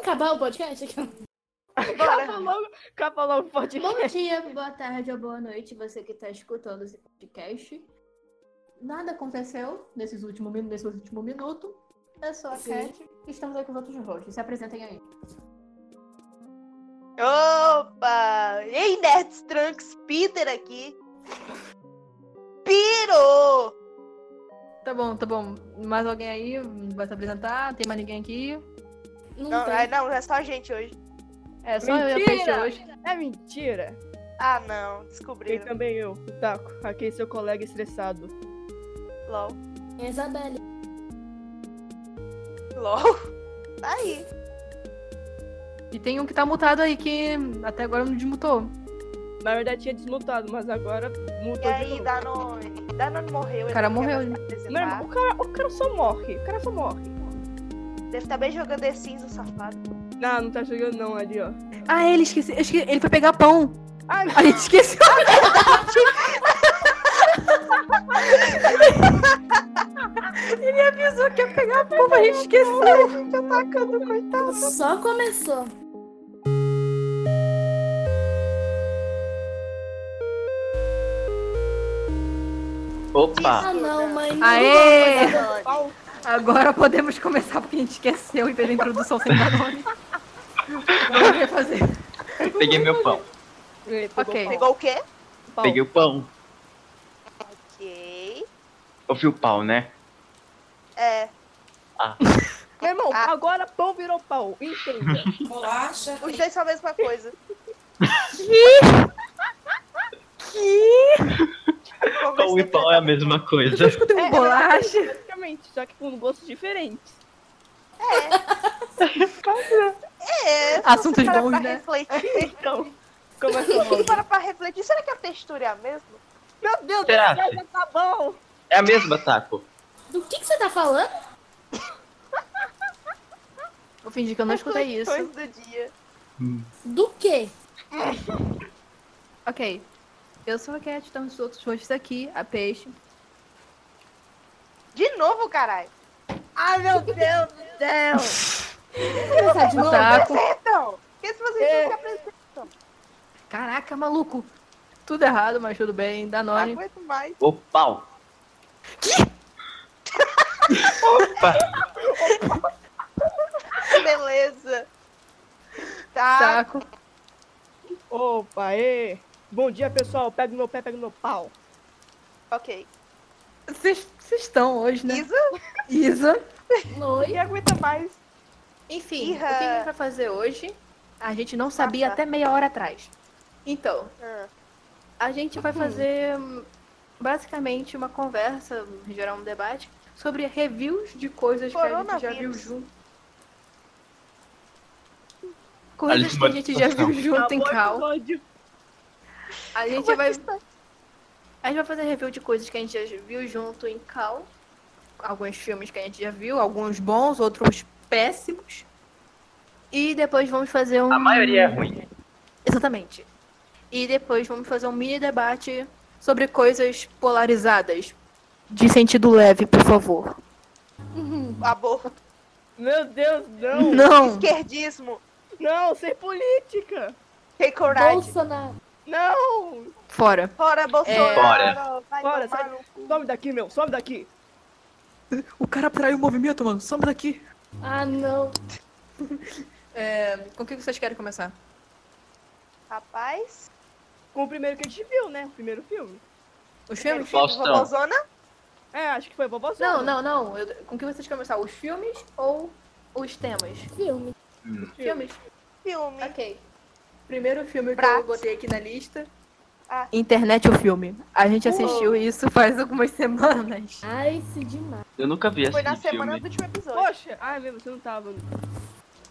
acabar o podcast aqui. Acaba logo, acaba logo o podcast. Bom dia, boa tarde ou boa noite, você que tá escutando esse podcast. Nada aconteceu nesses últimos min- nesse último minuto. Eu sou a Sim. Cat e estamos aqui com os outros rostos. Se apresentem aí. Opa! Ei, Nerds Trunks, Peter aqui. Piro! Tá bom, tá bom. Mais alguém aí vai se apresentar? Tem mais ninguém aqui? Não, Então. Não, tem. ai, não, é só a gente hoje. É só eu e a Mentira! Peixe hoje. É mentira. Ah, não, E Então. descobriram. também eu, Taco. Aqui seu colega estressado. LOL. É a Isabelle. LOL. Tá aí. E tem um que tá mutado aí que até agora não desmutou. Na verdade tinha desmutado, mas agora E mutou de aí, novo. Danone? Danone morreu. ele O cara não quer morreu, mais se Meu apresentar. irmão, o cara, o cara só morre. O cara só morre. Deve estar bem jogando The Sims, o safado. Não, não tá jogando não ali, ó. Ah, ele esqueci. eu esque- Ele foi pegar pão. Ai, A gente esqueceu. ele avisou que ia pegar pão, mas a gente esqueceu. Só começou. Opa! Ah, não, mãe. Aê! Danone. pau. Agora podemos começar porque a gente esqueceu e fez a introdução sem dar nome. Vamos refazer. Peguei meu pão. Ei, Ok. pegou pau. Pegou o quê? Pau. Peguei o pão. Ok. Ouvi o pau, né? É. Meu irmão, Ah. agora pão virou pau. Entenda. Bolacha. Os dois são a mesma coisa. Como Pão e você pau tá- é a mesma coisa. Tem um bolacha. Basicamente, só que com gostos diferentes. É, se você Assuntos parar bons, pra né? refletir, então. Como é que eu Se vou? você parar pra refletir, será que a textura é a mesma? Meu Deus do Será? céu, já tá bom. É a mesma, Taco. Do que, que você tá falando? Vou fingir que eu não escutei isso. Coisa do dia. Do quê? Ok. Eu sou a Cat, estamos os outros rostos aqui, a Peixe. De novo, caralho. Ai, meu Deus do céu. Começar de O novo? Taco. Então, porque se vocês É. não se apresentam, Caraca, maluco. Tudo errado, mas tudo bem. não Danone. aguento mais. O pau. Opa! Beleza. Tá. Taco. Opa, ê. Bom dia, pessoal. Pega no meu pé, pega no meu pau. Ok. Vocês vocês estão hoje, né? Isa, Isa. Oi. quem aguenta mais? Enfim, Irra. o que a gente vai fazer hoje? A gente não sabia tá. até meia hora atrás. Então, Ah, a gente vai fazer hum, basicamente uma conversa, gerar um debate sobre reviews de coisas que a gente já viu Coronavírus. junto. Coisas Alice que a gente já viu Modificação. junto em Acabou o cal. episódio. A gente vai A gente vai fazer review de coisas que a gente já viu junto em Cal. Alguns filmes que a gente já viu, alguns bons, outros péssimos. E depois vamos fazer um. A maioria é ruim. Exatamente. E depois vamos fazer um mini debate sobre coisas polarizadas. De sentido leve, por favor. Aborto. Meu Deus, não. Não! Esquerdismo. Não, sem política. Tem coragem. Bolsonaro. Não. Fora. Fora, Bolsonaro. Fora. Vai tomar Fora, sai- no cu. Some daqui, meu. Some daqui. O cara traiu o movimento, mano. Some daqui. Ah, não. Com o que vocês querem começar? Rapaz. Com o primeiro que a gente viu, né? O primeiro filme. Os filmes? Faustão. Robozona? É, acho que foi vovózão. Não, não, não. Eu- Com o que vocês querem começar? Os filmes ou os temas? Filme. Filmes. Filme. Ok. Primeiro filme que Prato. eu botei aqui na lista. Ah. Internet é o filme. A gente Uou. assistiu isso faz algumas semanas. Ai, se demais. Eu nunca vi Foi esse na semana filme. do último episódio. Poxa. Ai, meu, você não tava.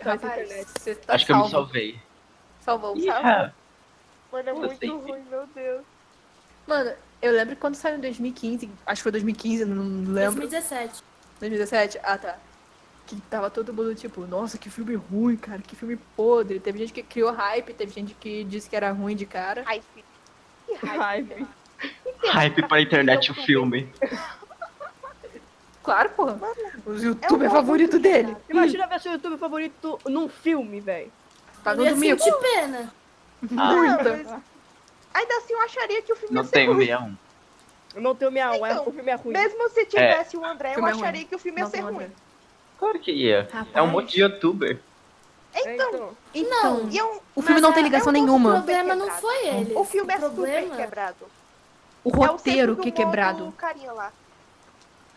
Faz Rapaz, internet. você tá Acho que eu salvo. me salvei. Salvou. Ih, Mano, é eu muito sei. ruim, meu Deus. Mano, eu lembro quando saiu em 2015. Acho que foi 2015, não lembro. 2017. 2017? Ah, tá. Que tava todo mundo tipo, nossa, que filme ruim, cara, que filme podre. Teve gente que criou hype, teve gente que disse que era ruim de cara. Ai, filho. Que raiva. Hype. Hype pra internet o filme. Claro, porra. Os é um youtubers favoritos ponto de dele. vista. Imagina ver seu YouTube favorito num filme, velho. Tá Eu dando ia mico. sentir pena. tipo, Muita. Ah, mas Ainda assim, eu acharia que o filme Não ia ser tenho ruim. 61. Eu não tenho minha ué, Então, o filme é ruim. Mesmo se tivesse o André, eu Filme é acharia que o filme ia Não, ser não, ruim. Claro que ia. Rapaz. É um monte de youtuber. É, então. Então, E é um- o filme não Mas tem é- ligação é um O nenhuma. problema não foi ele. o filme é problema super quebrado. O É o roteiro senso que é do humor quebrado. do carinha lá.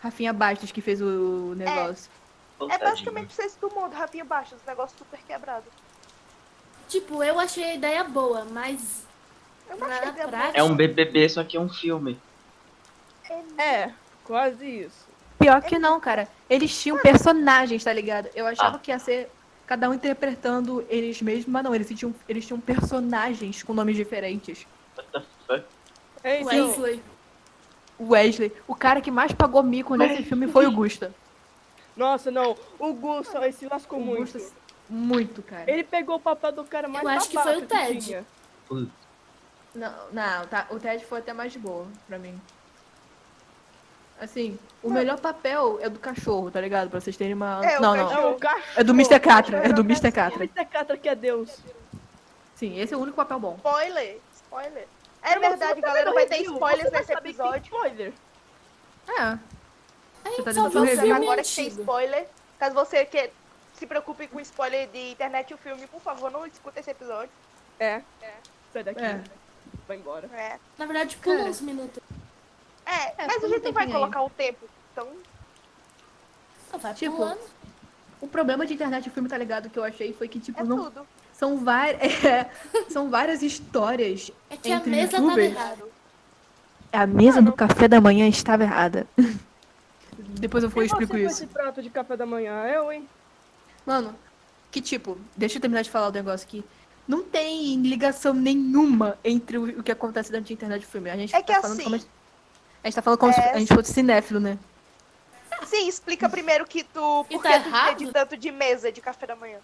Rafinha Bastos que fez o negócio. É Coitadinho. basicamente o senso do mundo, Rafinha Baixos, um negócio super quebrado. Tipo, eu achei a ideia boa, mas Eu Na não achei bem prática- É um BBB, só que é um filme. É, quase isso. Pior que não, cara. Eles tinham personagens, tá ligado? Eu achava que ia ser cada um interpretando eles mesmos, mas não, eles tinham, eles tinham personagens com nomes diferentes. É, ué, então. foi. O Wesley, o cara que mais pagou mico nesse filme foi o Gusta. Nossa, não. O Gusto, ele se lascou O muito. Gusta, muito, cara. Ele pegou o papel do cara mais Eu acho que babaca foi o Ted. tinha. Putz, Não, não tá, o Ted foi até mais de boa pra mim. Assim, o melhor papel é do cachorro, tá ligado? Pra vocês terem uma. É, o não, É não. cachorro. o cachorro. É do Mr. Catra. É Cachorro. do Mr. Catra. Mr. Catra que é Deus. Sim, esse é o único papel bom. Spoiler, spoiler. É Mas você verdade, tá galera, vendo vai ter review, spoilers você vai nesse saber que tem episódio. Spoiler. É. A tá gente só dizendo que viu o o resumo- filme Agora é que tem antigo. spoiler, caso você que se preocupe com spoiler de internet e o filme, por favor, não escuta esse episódio. É. Sai daqui. É. Vai embora. É, Na verdade, pula Cara. uns minutos. é, É, mas a um tudo gente não tem vai fim aí. colocar o tempo. Então, Ah, vai Tipo, pulando. O problema de internet e filme, tá ligado? Que eu achei foi que, tipo, é não. tudo. São, vai... é, são várias histórias. É que a entre mesa tava youtubers. errada. A mesa do café da manhã estava errada. Depois eu vou E você explico com isso. esse prato de café da manhã, eu, hein? Mano, que tipo, deixa eu terminar de falar o negócio aqui. Não tem ligação nenhuma entre o, o que acontece durante a internet e o filme. A gente É que tá falando assim, como a gente, a gente tá falando como se é- a gente fosse cinéfilo, né? Sim, explica primeiro que tu. E Por tá que tu errado? entende tanto de mesa de café da manhã?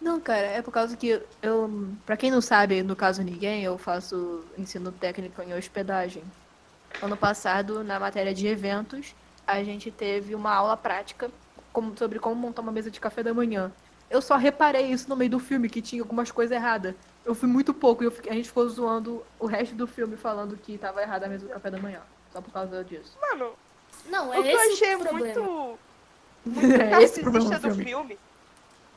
Não, cara, é por causa que eu, pra quem não sabe, no caso ninguém, eu faço ensino técnico em hospedagem. Ano passado, na matéria de eventos, a gente teve uma aula prática como- sobre como montar uma mesa de café da manhã. Eu só reparei isso no meio do filme, que tinha algumas coisas erradas. Eu fui muito pouco e eu fiquei- a gente ficou zoando o resto do filme falando que tava errada a mesa do café da manhã. Só por causa disso. Mano, Não, é o que eu esse achei o problema. muito. É esse o problema narcisista do do filme. filme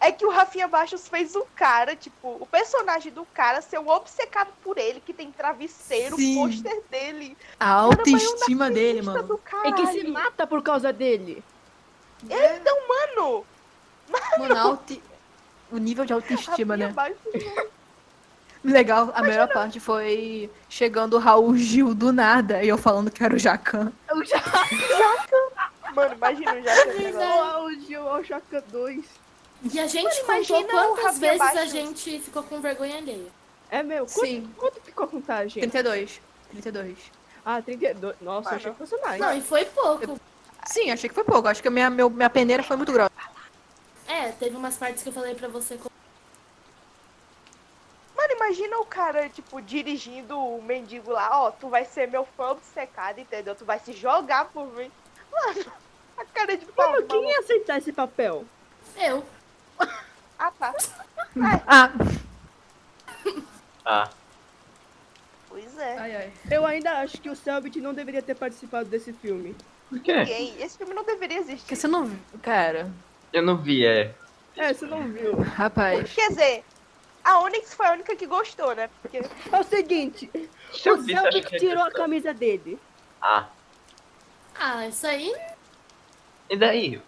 é que o Rafinha Baixos fez o cara, tipo, o personagem do cara ser um obcecado por ele, que tem travesseiro, Sim. pôster dele. A autoestima dele, Lista mano. do É que se caralho. mata por causa dele. Mano, Mano, a auti- o nível de autoestima, Rafinha né? Baixos Legal, a melhor parte foi chegando o Raul Gil do nada e eu falando que era o Jacan. O Ja- Mano, imagina o Jacan agora. o Gil é o Jaca 2. E a gente contou imagina o quantas Rafinha vezes a Bastos. gente ficou com vergonha alheia. É meu. Quanto, Sim, quanto ficou a contagem? 32. 32. Ah, 32. Nossa, eu achei que fosse mais. Não, então e foi pouco. Sim, achei que foi pouco. Acho que a minha, meu- minha peneira foi muito grossa. É, teve umas partes que eu falei pra você. co- Mano, imagina o cara, tipo, dirigindo o mendigo lá, ó, tu vai ser meu fã obcecado, entendeu? Tu vai se jogar por mim. Mano, a cara de pau. Mano, quem ia aceitar esse papel? Eu. Ah, tá. Ah, Ah, Pois é. ai, ai. Eu ainda acho que o Selbit não deveria ter participado desse filme. por É. quê? Ninguém. Esse filme não deveria Porque existir. você não. viu, Cara, Eu não vi, é. É, você não viu. rapaz. Quer dizer, a Onyx foi a única que gostou, né? Porque É o seguinte, Se eu o vi, você acha que Selbit é tirou a questão? camisa dele. Ah, Ah, isso aí e daí?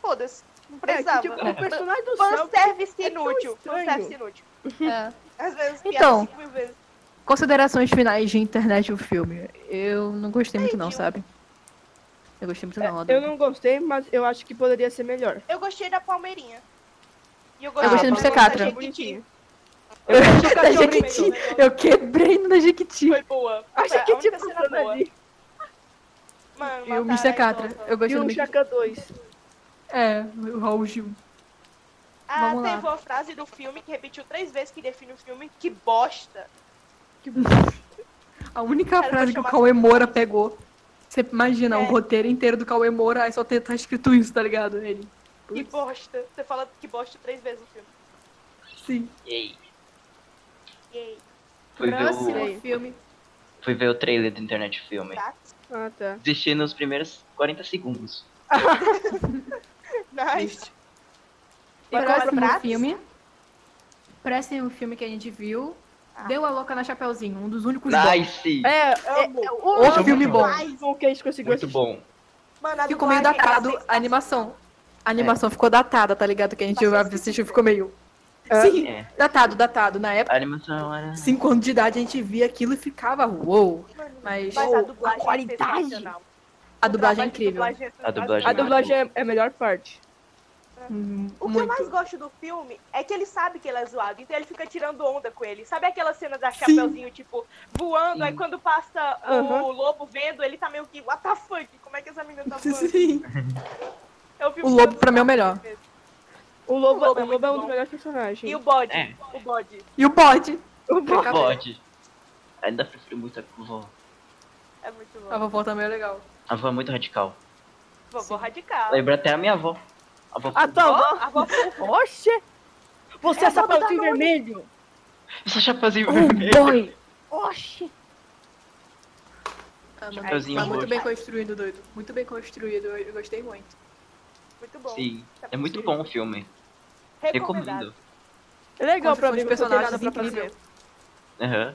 foda-se, não É, que, precisava. tipo, o personagem do Selbit... Fanservice é tão inútil. estranho. Fanservice inútil. É. Às vezes piada Então. cinco mil vezes. Considerações finais de internet e o filme. Eu não gostei muito, não, sabe? Eu gostei muito, não. Eu não gostei, mas eu acho que poderia ser melhor. Ah, Eu gostei da Palmeirinha. E eu Ah, gostei do da Psicatra. Jequiti. Bonitinho. Eu achei o da cachorro Jequiti. Eu quebrei no da Jequiti. tipo, Foi boa. Achei Foi a que única tinha cena passado boa. ali. Mano, E o mataram Mr. a Catra. idosa. Eu E gostei do o Mr. Chaka 2. É, o Raul Gil. Ah, Vamos lá. teve uma frase do filme que repetiu três vezes que define o filme. Que bosta. A única Cara, eu frase vou que o chamar Cauê Moura pegou. Você imagina o É. roteiro inteiro do Cauê Moura, aí só tem- tá escrito isso, tá ligado? Ele. Que bosta. Você fala que bosta três vezes no filme. Sim. E aí? Yay. Fui ver, Próximo o, Sei. filme. fui ver o trailer do Internet Filme. Tá. Ah, tá. Desisti nos primeiros 40 segundos. Nice. E Agora, próximo Bratz? filme. Próximo filme que a gente viu. Ah. Deu a louca na Chapeuzinho, um dos únicos bons. Nice! É, Amo. é, Outro filme bom. o que a gente conseguiu Muito bom. Mano, a Ficou meio dublagem é datado sensacional. a animação. A animação ficou datada, tá ligado? Que a gente Passou assistiu, ficou meio. É. Sim, É. datado, datado. Na época, A animação é era. cinco anos de idade, a gente via aquilo e ficava, uou. Mano, Mas, Mas a dublagem a qualidade. é sensacional. A O dublagem é trabalho de incrível. dublagem é A dublagem A sensacional. dublagem é, é a melhor parte. Hum, O que eu muito. mais gosto do filme é que ele sabe que ele é zoado, então ele fica tirando onda com ele. Sabe aquela cena da Chapeuzinho, tipo, voando, aí Sim. quando passa Aham. o lobo vendo, ele tá meio que, what the fuck, como é que essa menina tá voando? Sim. É filme O todo lobo pra mim é o melhor. mesmo. O Lobo, O Lobo é o muito Lobo é um dos bom. melhores personagens. E o bode, É. o bode. E o bode. O Bo- Pode. Ainda prefiro muito a vovó. É muito bom. A vovó também é legal. A vovó é muito radical. Vovô radical. Lembra até a minha avó. A vovó. A tua avó? A vovó Oxe! Você É é, a Lobo Danone. sapatinho vermelho! Essa assim, chapazinho Oh vermelho. boy! Oxe! Ah, mano, Chapeuzinho tá muito roxo. bem construído, doido. Muito bem construído, eu eu gostei muito. muito bom. Sim. É muito bom o filme. Recomendado. Recomendo. É legal pra Construção mim, de mas eu não tenho nada pra personagens fazer. Aham.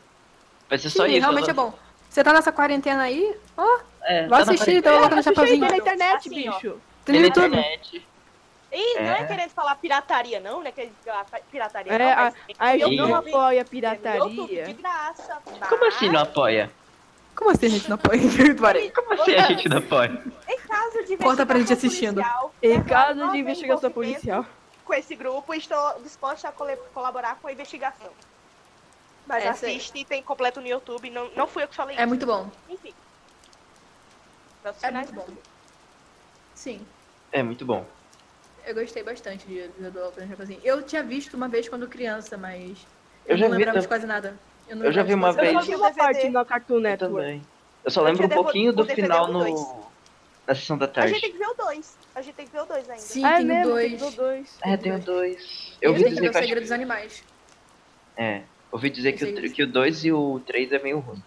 Vai ser só Sim, isso. realmente é bom. Você tá nessa quarentena aí? Ó, É, vai tá na assistir, parede. dá uma louca no Assiste aí, chapeuzinho. tá na internet, Assim, ó. bicho! Tem no na YouTube. internet. E não é É. querendo falar pirataria, não, né? Que é pirataria, É, não, mas A gente Eu não vi. apoia a é YouTube de pirataria. graça. Como assim não apoia? Como assim a gente não apoia Espera aí. Como assim a gente não apoia? Em caso de Conta pra gente investigação assistindo. policial, Em declaro caso novo de investigação envolvimento policial. Com esse grupo, estou disposta a cole- colaborar com a investigação. Mas É, sei. assiste, tem completo no YouTube. Não, não fui eu que falei É isso. muito bom. Enfim. Nossos É canais muito bom. no YouTube. Sim. É muito bom. Eu gostei bastante de de- do Alpine Chapeuzinho. Eu tinha visto uma vez quando criança, mas eu, Eu já não vi lembrava de tam- quase nada. não Eu já vi lembrava de uma quase Eu só Eu vez. nada. vi vi uma uma DVD. parte na Cartoon Eu Network. também. Eu só Eu lembro um tinha devo- pouquinho o do DVD final do no. dois. Na sessão da A gente tarde. tem que ver o 2. A gente tem que ver o 2 ainda. Sim, Ah, é tem o mesmo, dois. tem o dois. É, tem o dois. Eu ouvi Ele tem que dizer ver que o eu acho segredo dos animais. É. Ouvi dizer que o, Gente. tr- que o 2 e o 3 é meio ruim.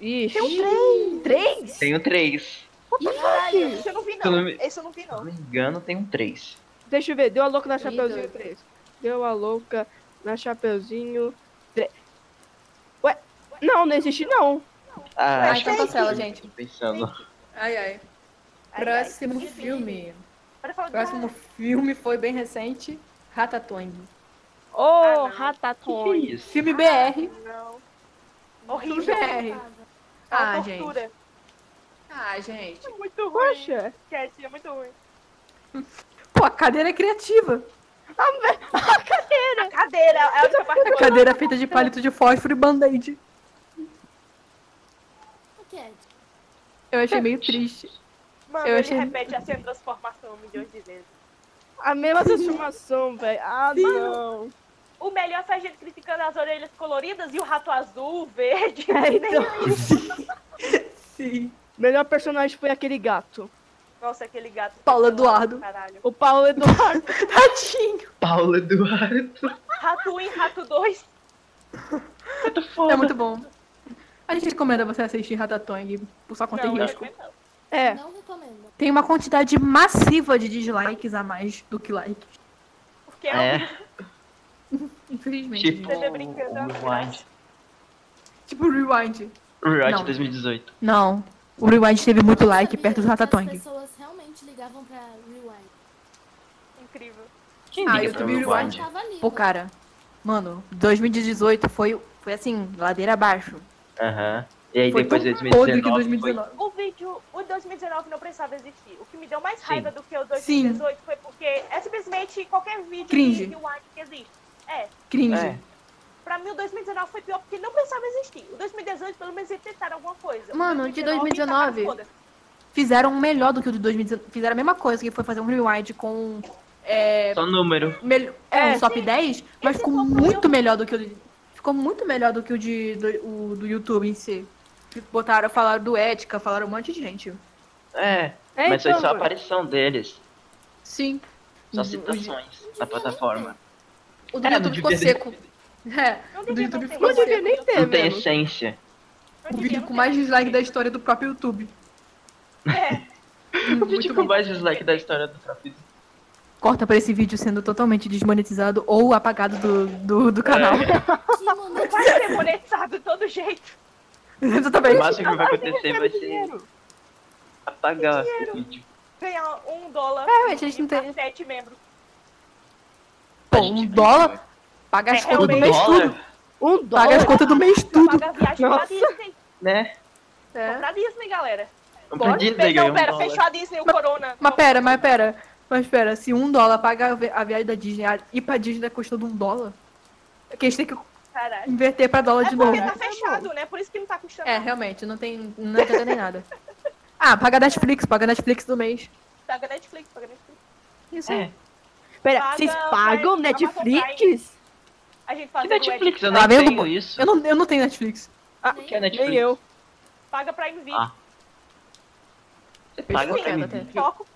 Ixi. um Três? Tem o 3. Caralho, isso eu não vi Eu não não. me- Esse eu não vi Se eu não não. me engano, tem um 3. Deixa eu ver, deu a louca na Ih, Chapeuzinho doido. 3. Deu a louca na Chapeuzinho 3. Ué, não, não existe não. Ah, então que eu cancela, tô gente. Pensando. Ai, ai. Ai, ai. Próximo Enfim, filme. Para falar Próximo filme foi bem recente. Ratatouille. Ô, Ah, não. oh, Que Ratatouille. isso? Filme BR. Não. Horrível. BR. É uma Ah, tortura. Ah, gente. É muito ruim. Poxa, Cat, é muito ruim. Pô, a cadeira é criativa. A cadeira é a única parte A cadeira é feita de palito de fósforo e band-aid. O que é? Eu achei meio triste. Mano, Eu ele achei- repete assim a cena transformação milhões de vezes. a mesma transformação, velho. Ah, não. O melhor foi a gente criticando as orelhas coloridas e o rato azul, verde. Né? É, então. Sim. Melhor personagem foi aquele gato. Nossa, aquele gato. Paulo Eduardo. Caralho. O Paulo Eduardo. Tadinho. Paulo Eduardo. Rato 1 e Rato 2. É muito bom. A gente recomenda você assistir Ratatouille por sua conta Não, e não risco. recomendo. É, Não recomendo. Tem uma quantidade massiva de dislikes a mais do que likes. Porque é, É, Infelizmente. tipo. gente. Você tá brincando, é o Rewind. graça. Tipo Rewind. Rewind Não. 2018. Não. O Rewind teve muito like Sabia perto do que As Ratatouille. pessoas realmente ligavam pra Rewind. incrível. Quem Ah, liga eu pra também Rewind? Eu tava ali. um Pô, cara. Mano, 2018 foi, foi assim, ladeira abaixo. Aham. E aí Foi depois de tão podre que 2019. Foi... 2019. O vídeo, o 2019 não precisava existir. O que me deu mais Sim. raiva do que o 2018 foi porque é simplesmente qualquer vídeo Cringe. de rewind que existe. Cringe. É. Pra mim, o 2019 foi pior porque não precisava existir. O 2018, pelo menos, eles tentaram alguma coisa. O Mano, o de 2019, 2019. foda-se. Fizeram um melhor do que o de 2019. Fizeram a mesma coisa, que foi fazer um rewind com. É, Só número. mel- é, um É, top 10, mas Esse ficou foi o muito problema. melhor do que o. de- Ficou muito melhor do que o de, do, o do YouTube em si. Botaram, falaram do ética, falaram um monte de gente. É, É, mas então, foi só a mano. aparição deles. Sim. Só Uhum, citações na plataforma. O do É, não YouTube ficou devia ter- seco. É, Não do devia YouTube ter ficou Não devia seco. nem ter, Não né? tem mano. essência. Não O devia vídeo ter com mais feito. dislike da história do próprio YouTube. É, O vídeo com mais dislike Tipo, da história do Trafito. Corta pra esse vídeo sendo totalmente desmonetizado ou apagado do, do, do canal. É. Que momento vai ser monetizado de todo jeito. O Exatamente. máximo que vai acontecer vai ser apagar assim, tipo, o vídeo. Ganhar um dólar É, a gente não pra tem. sete membros. A Pô, gente um vai- dólar paga É, as contas do Um realmente. mês dólar, tudo. Um Paga as dólar. contas do mês tudo. Paga a viagem pra Nossa. Disney. né? Vamos É. pra Disney, galera. Vamos pra Bora. Disney ganhar não, um pera, dólar. fechou a Disney, o Corona. Mas pera, mas pera. Mas pera, se um dólar paga a vi- a viagem da Disney, a- ir pra Disney custou um dólar? É Que a gente tem que Caralho. inverter pra dólar É de novo. porque tá fechado, né? Por isso que não tá custando. É, realmente, não tem. Não adianta nem nada. Ah, paga Netflix, paga Netflix do mês. Paga Netflix, paga Netflix. Isso aí. É. Pera, Paga, vocês pagam vai, Netflix? A gente Que faz Netflix? Eu Tá né? não vendo? tenho isso. Eu não, eu não tenho Netflix. Ah, Que é Netflix? nem eu. né? Paga Prime Video. Ah, Você paga Sim, pra mim. até. Foco. né?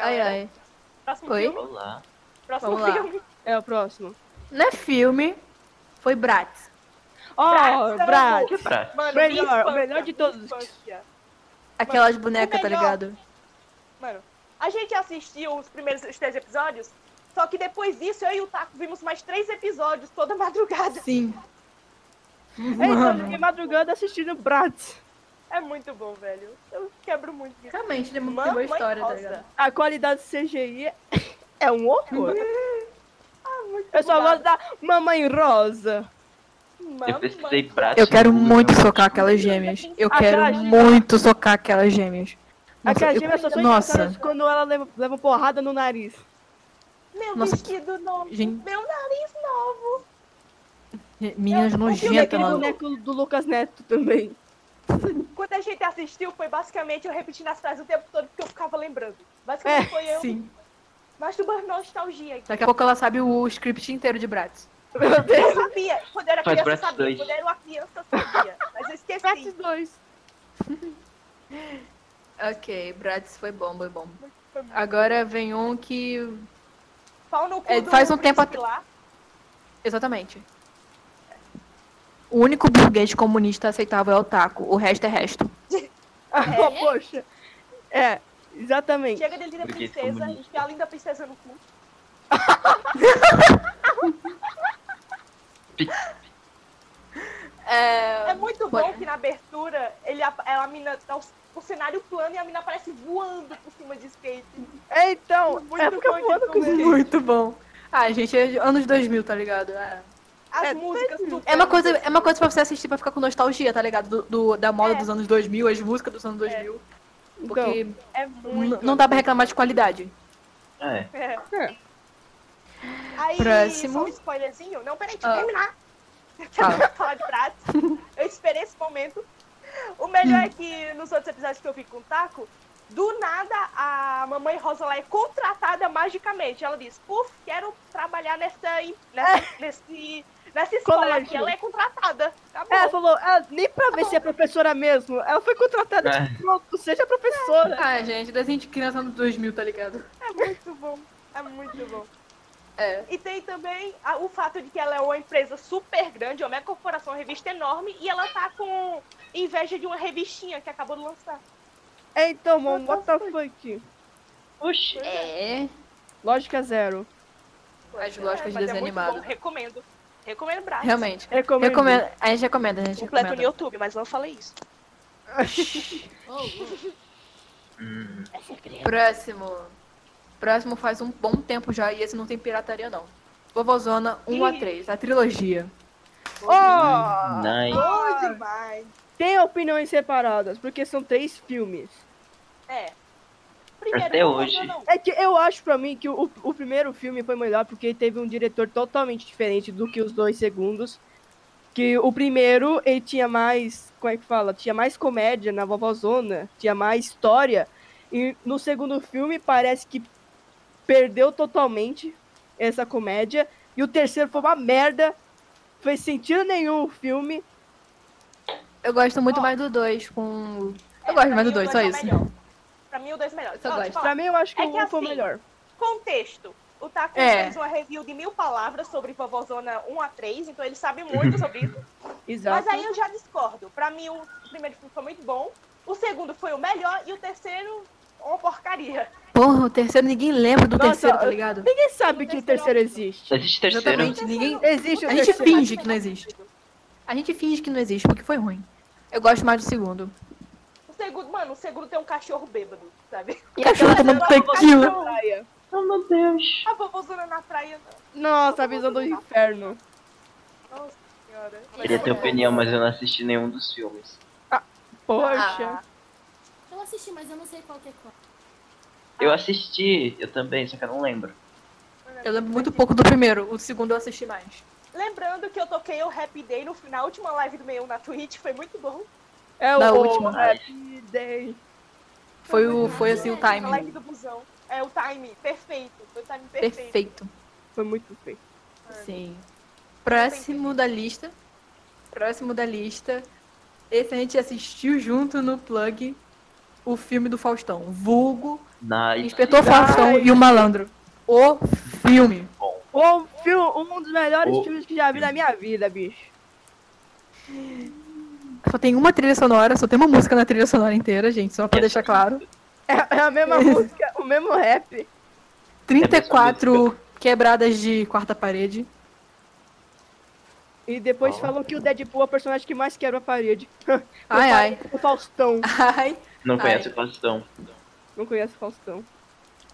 Ai, Galera, ai. Próximo Oi? filme. Olá. Próximo Vamos lá. filme. É o próximo. Não é filme, foi Bratz. Ó, Brás, Brás. Que praça. Mano, Melhor, me espanta, o melhor de me todos. espanta. Aquelas bonecas, tá melhor. ligado? Mano, a gente assistiu os primeiros os três episódios, só que depois disso eu e o Taco vimos mais três episódios toda madrugada. Sim. É, então, eu Mano. fiquei madrugando assistindo Bratz. É muito bom, velho. Eu quebro muito isso. Realmente, tem muito Mamãe boa história, tá Rosa. ligado? A qualidade CGI é um horror. Muito Eu só bugado. gosto da Mamãe Rosa. Eu Mamãe. pesquisei praça. Eu quero no Google, muito não. socar aquelas gêmeas. Eu Ah, quero aquelas gêmeas. muito socar aquelas gêmeas. Nossa, Aquela eu- gêmea só são engraçadas Nossa, quando ela leva, leva porrada no nariz. Meu Nossa, vestido novo. gente. Meu nariz novo. eu- eu- meninas E o nojentas, aquele mano. boneco do Lucas Neto também. Quando a gente assistiu, foi basicamente eu repetindo as frases o tempo todo porque eu ficava lembrando. Basicamente foi eu. É, Sim. Masturbando nostalgia. aqui. Daqui a pouco ela sabe o script inteiro de Bratz. Meu Eu Deus. sabia. Quando eu era criança, Faz eu Bratz sabia. dois. Quando eu era uma criança, eu sabia. Mas eu esqueci. Bratz 2. Ok, Bratz foi bom, foi bom. Foi muito Agora vem um que. Pau no cu É, do faz um tempo príncipe lá. Exatamente. O único burguês comunista aceitável é o taco, o resto é resto. Ah, poxa. É, exatamente. Chega dele da Porque é princesa, comunista. enfia a linda princesa no cu. Ah, É muito bom Bora. que na abertura ele, ap- ela, a mina, tá o, o cenário plano e a mina aparece voando por cima de skate. É, então, Muito é porque bom de eu ando com comer. isso. Muito bom. Ah, gente, é anos 2000, tá ligado? É. As É, músicas, tudo. É uma coisa, é uma coisa pra você assistir pra ficar com nostalgia, tá ligado? Do, do- da moda É. dos anos 2000, as músicas dos anos 2000. Então, Porque É n- muito. não dá pra reclamar de qualidade. É. É. É. Aí, Próximo. só um spoilerzinho. Não, peraí, deixa eu Ah. terminar. Fala. Falar de prato. Eu esperei esse momento. O melhor é que nos outros episódios que eu vi com o Taco, do nada a mamãe Rosa lá é contratada magicamente. Ela diz, puf, quero trabalhar nessa, em- nessa, É. nesse, nessa escola Colégio. aqui. Ela é contratada. Tá bom. É. ela falou, ah, nem pra Tá ver se é professora mesmo. Ela foi contratada, É. tipo, pronto, seja professora. Ah, gente, desenho de criança anos 2000, tá ligado? É muito bom. É muito bom. É. E tem também a- o fato de que ela é uma empresa super grande, é uma mega corporação, uma revista enorme, e ela tá com inveja de uma revistinha que acabou de lançar. É, Tá então, mano, what the fuck? Oxi. É. Lógica zero. As lógicas de É, mas desenho muito bom, animado. Recomendo. Recomendo braço. Realmente. Recomendo. Recomendo. A gente recomenda, a gente Completo no recomenda. YouTube, mas não falei isso. Hum. é Próximo. Próximo faz um bom tempo já e esse não tem pirataria, não. Vovozona 1 a 3, a trilogia. Ah, Ó, Ah, Nice. Bom demais. tem opiniões separadas, porque são três filmes. É. Primeiro, Até não, hoje. não, não. É que eu acho pra mim que o, o primeiro filme foi melhor porque teve um diretor totalmente diferente do que os dois segundos. Que o primeiro ele tinha mais, como é que fala? Tinha mais comédia na vovozona, tinha mais história. E no segundo filme parece que perdeu totalmente essa comédia. E o terceiro foi uma merda. Fez sentido nenhum o filme. Eu gosto muito mais do 2 com Eu gosto pra mais do mim, dois, o só é o isso. melhor. Pra mim, o dois é o melhor. Eu só Ó, gosto. tipo, ó, Pra mim, eu acho que É o que um foi o assim, melhor. contexto. O Taco É. fez uma review de mil palavras sobre Vovozona 1 a 3, então ele sabe muito sobre isso. Exato. Mas aí eu já discordo. Pra mim, o primeiro filme foi muito bom, o segundo foi o melhor e o terceiro, uma porcaria. Porra, o terceiro ninguém lembra do Nossa, terceiro, tá eu- ligado? Ninguém sabe que o terceiro existe. Existe terceiro. Exatamente, ninguém. Existe o A gente terceiro. é finge que não existe. A gente finge que não existe, porque foi ruim. Eu gosto mais do segundo. O segundo, mano, o segundo tem um cachorro bêbado, sabe? E cachorro tomando tequila. Praia. Oh, meu Deus. A vovozona na praia, não. Nossa, a visão do inferno. Nossa senhora. Queria ter opinião, mas eu não assisti nenhum dos filmes. Poxa. Eu assisti, mas eu não sei qual que é qual. Eu assisti, eu também, só que eu não lembro. Eu lembro muito pouco do primeiro, o segundo eu assisti mais. Lembrando que eu toquei o Happy Day no, na última live do meio um na Twitch, foi muito bom. É o Da última. Happy Day. Foi, o, foi assim o A timing. live do busão. É o time perfeito. Foi o time perfeito. Perfeito. Foi muito feio. Sim. Próximo da lista. Próximo da lista. Esse a gente assistiu junto no plug o filme do Faustão. Vulgo, Na Inspetor Faustão e o Malandro. O filme. Um, filme, um dos melhores O- filmes que já vi na minha vida, bicho. Só tem uma trilha sonora, só tem uma música na trilha sonora inteira, gente, só pra deixar claro. É, é a mesma música, o mesmo rap. 34 quebradas de quarta parede. E depois Ó. falam que o Deadpool é o personagem que mais quebra a parede. Ai, ai. O Faustão. Ai. Não conheço Ai. o Faustão. Não conheço o Faustão.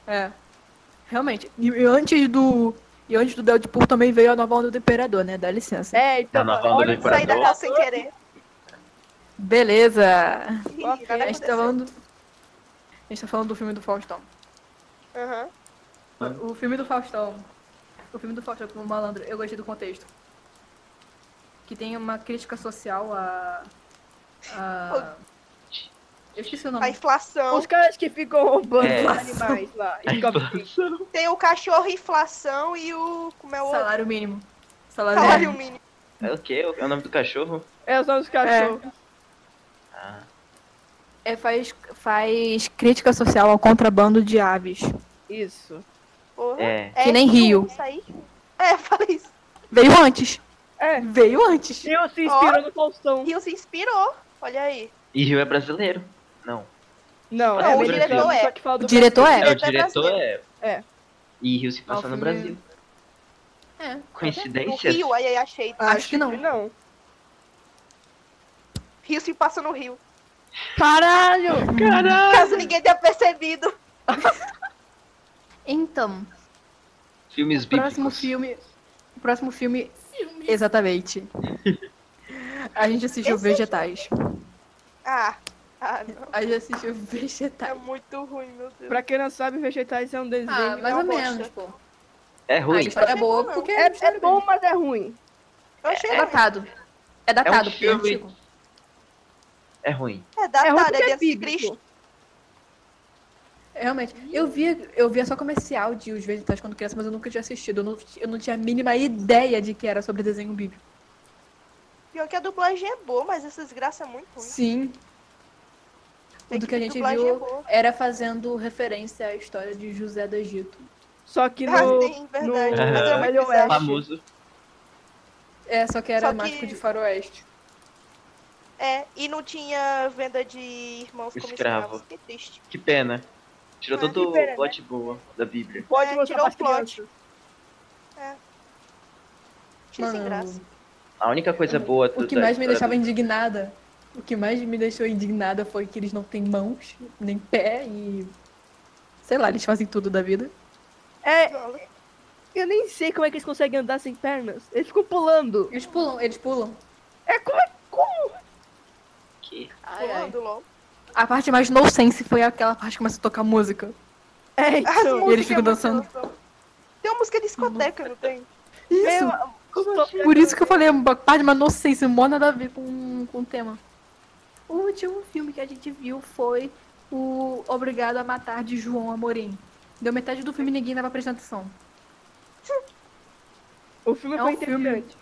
É. Realmente. E, e antes do. E antes do Deadpool também veio a nova onda do Imperador, né? Dá licença. É, então. Na nova olha, do Saí da Imperador. casa sem querer. Beleza! Ok. A gente tá falando. A gente tá falando do filme do Faustão. Aham. O filme do Faustão. O filme do Faustão como malandro, eu gostei do contexto. Que tem uma crítica social a. a... Eu esqueci o A nome. inflação. Os caras que ficam roubando É. os animais lá. E ficam Tem o cachorro inflação e o. Como é o outro? Salário mínimo. um Salário, Salário mínimo. mínimo. É o quê? É o nome do cachorro? É só os cachorros. Ah, É, faz, faz crítica social ao contrabando de aves. Isso. Porra. é. Que nem Rio. Isso aí? É, falei isso. Veio antes. É. Veio antes. Eu se inspirou no Faustão. Rio se inspirou. Olha aí. E Rio é brasileiro. Não. Não, Não, o mas diretor então, é. só que fala do O diretor Brasil. É, o diretor é diretor é. É. E Rio se passa no filme- Brasil. É. No Coincidências? Rio, é aí, aí achei. Acho que não. Não. Rio se passa no Rio. Caralho! Caso ninguém tenha percebido. Então, Filmes bíblicos. próximo filme. O próximo filme, Filme. exatamente. A gente assistiu Vegetais. Ah. Ah, não. A gente assistiu É Vegetais. muito ruim, meu Deus. Pra quem não sabe, Vegetais é um desenho. Ah, mais uma ou bosta. menos, pô. É A ruim. história é boa Não, porque é, é bom, mas é ruim. Eu achei. É datado. É datado, É um porque é filme. antigo. É ruim. É É ruim datado, porque é de é Jesus bíblico. Cristo. Realmente, eu via, eu via só comercial de Os Vegetais quando criança, mas eu nunca tinha assistido. Eu não, eu não tinha a mínima ideia de que era sobre desenho bíblico. Pior que a dublagem é boa, mas essa desgraça é muito ruim. Sim. É Tudo que a gente dublagem é viu boa. era fazendo referência à história de José do Egito. Só que Ah, no. sim, verdade. no- Mas é Velho muito Oeste. bizarro. Famoso. É, só que era Só que- mágico de faroeste. É, e não tinha venda de irmãos como Escravo. escravos. Que triste. Que pena. Tirou Ah, todo que pena, né? o plot boa da Bíblia. Pode É, mostrar tirou pras o plot. crianças. Achei sem graça. A única coisa boa o que da mais me história deixava indignada, o que mais me deixou indignada foi que eles não têm mãos, nem pé e. Sei lá, eles fazem tudo da vida. É, eu nem sei como é que eles conseguem andar sem pernas. Eles ficam pulando. Eles pulam, eles pulam. É como é que- Pulando, lol. A parte mais nonsense foi aquela parte que começa a tocar música. É, As então. E eles músicas ficam é muito dançando. gostoso. Tem uma música de discoteca, não tem? Isso! assim? Por isso que eu falei, uma parte mais nonsense, mó nada a ver com, com o tema. O último filme que a gente viu foi o Obrigado a Matar, de João Amorim. Deu metade do filme e ninguém tava prestando atenção. O filme É foi um filme. interessante.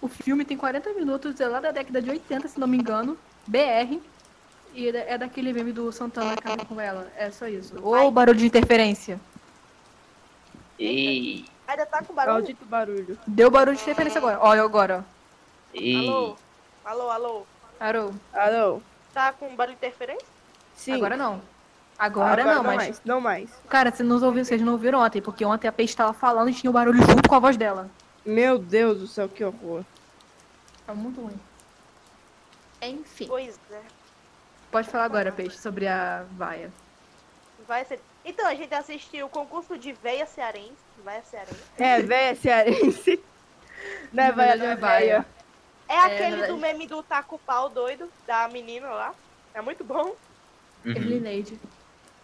O filme tem 40 minutos, é lá da década de 80, se não me engano, BR. E é da- é daquele meme do Santana acaba com ela. É só isso. Ou barulho de interferência. Ei, Ainda tá com barulho? Maldito barulho. Deu barulho de interferência agora. Olha agora, ei. Alô? Alô, alô? ó. Arou. Alô? Tá com barulho de interferência? Sim. Agora não. Agora, não, mas. mais. Não mais. Cara, vocês não ouviram, vocês não ouviram ontem, porque ontem a peixe tava falando e tinha o barulho junto com a voz dela. Meu Deus do céu, que horror. Tá muito ruim. Enfim. Pois é. Pode falar agora, peixe, sobre a vaia. Vai ser. Então, a gente assistiu o concurso de veia cearense. Veia cearense. É, véia cearense. Na Não é véia, verdade, não é é véia. véia. É, aquele do meme do taco pau doido, da menina lá. É muito bom. Uhum. Elineide.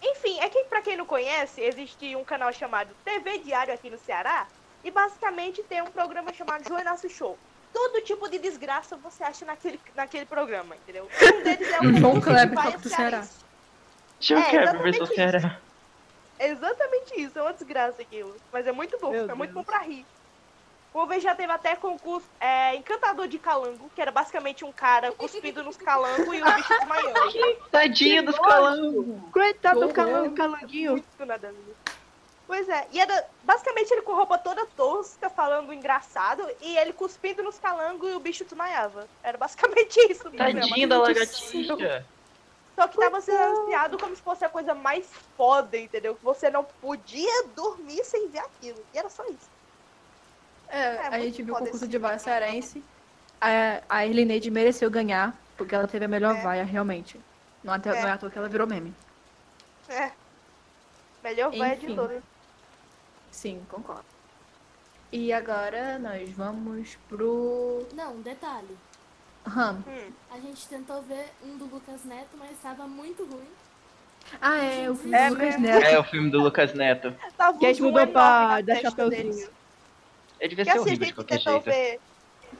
Enfim, é que pra quem não conhece, existe um canal chamado TV Diário aqui no Ceará. E basicamente tem um programa chamado Joanaço Show. Todo tipo de desgraça você acha naquele, naquele programa, entendeu? Um deles é o João concurso de Kleber, vaia Copa do Ceará. cearense. João É, Kleber exatamente versus isso. Ceará. É exatamente isso, é uma desgraça aquilo. Mas é muito bom, Meu é Deus. muito bom pra rir. Uma vez já teve até concurso é, Encantador de Calango, que era basicamente um cara cuspindo nos calangos e os bichos desmaiando. Tadinha dos calangos. Coitado do Que calango, horror. calanguinho. Muito nada a ver. Pois é, e era basicamente ele com roupa toda tosca, falando engraçado, e ele cuspindo nos calangos e o bicho desmaiava. Era basicamente isso. o programa. Tadinha da Meu Deus do céu. lagartixa. Só que tava sendo anunciado como se fosse a coisa mais foda, entendeu? Que você não podia dormir sem ver aquilo. E era só isso. É, a muito gente viu o foda concurso esse de vaia cearense. A, a Elineide mereceu ganhar, porque ela teve a melhor vaia, realmente. Não, até, É. não é à toa que ela virou meme. É. Melhor vai Enfim. de todas. Sim, concordo. E agora nós vamos pro Não, um detalhe. Ram. Hum. A gente tentou ver um do Lucas Neto, mas tava muito ruim. Ah, é, o filme É do Lucas mesmo? Neto. É o filme do Lucas Neto. Tava Que a gente um mudou enorme pra na dar testa Chapeuzinho. deles. Ele devia Que ser assim, a horrível de gente qualquer tentou jeito. ver.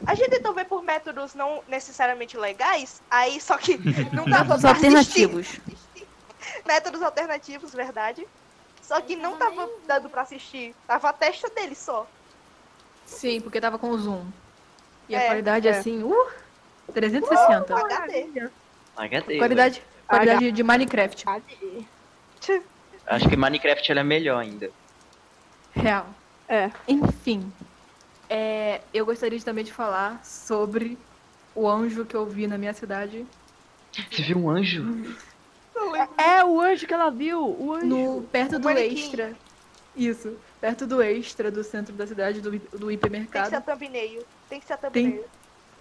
A gente tentou ver por métodos não necessariamente legais, aí só que não dava Os pra alternativos. assistir. Métodos alternativos, verdade. Só que não tava dando pra assistir. Tava a testa dele só. Sim, porque tava com o zoom. E a É, qualidade é. Uh, assim, uh, 360. HD. HD. qualidade qualidade de Minecraft. Acho que Minecraft era melhor ainda. Real. É. Enfim. é, eu gostaria de também de falar sobre o anjo que eu vi na minha cidade. Você viu um anjo? É o anjo que ela viu. O anjo. No, perto do manequim. extra. Isso. Perto do extra do centro da cidade, do, do Tem que ser hipermercado. thumbnail. Tem que ser Tem- thumbnail.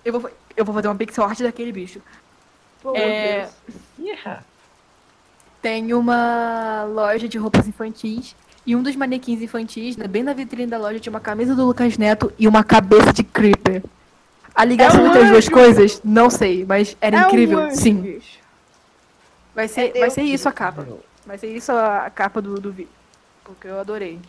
Eu vou, eu vou fazer uma pixel art daquele bicho. Pô, meu É, Deus. Yeah. Tem uma loja de roupas infantis. E um dos manequins infantis, né, bem na vitrine da loja, tinha uma camisa do Lucas Neto e uma cabeça de Creeper. A ligação É um entre as duas anjo! coisas, não sei, mas era É um incrível. anjo, Sim. bicho. Vai ser, É Deus. vai ser isso a capa. Vai ser isso a capa do, do vídeo. Porque eu adorei.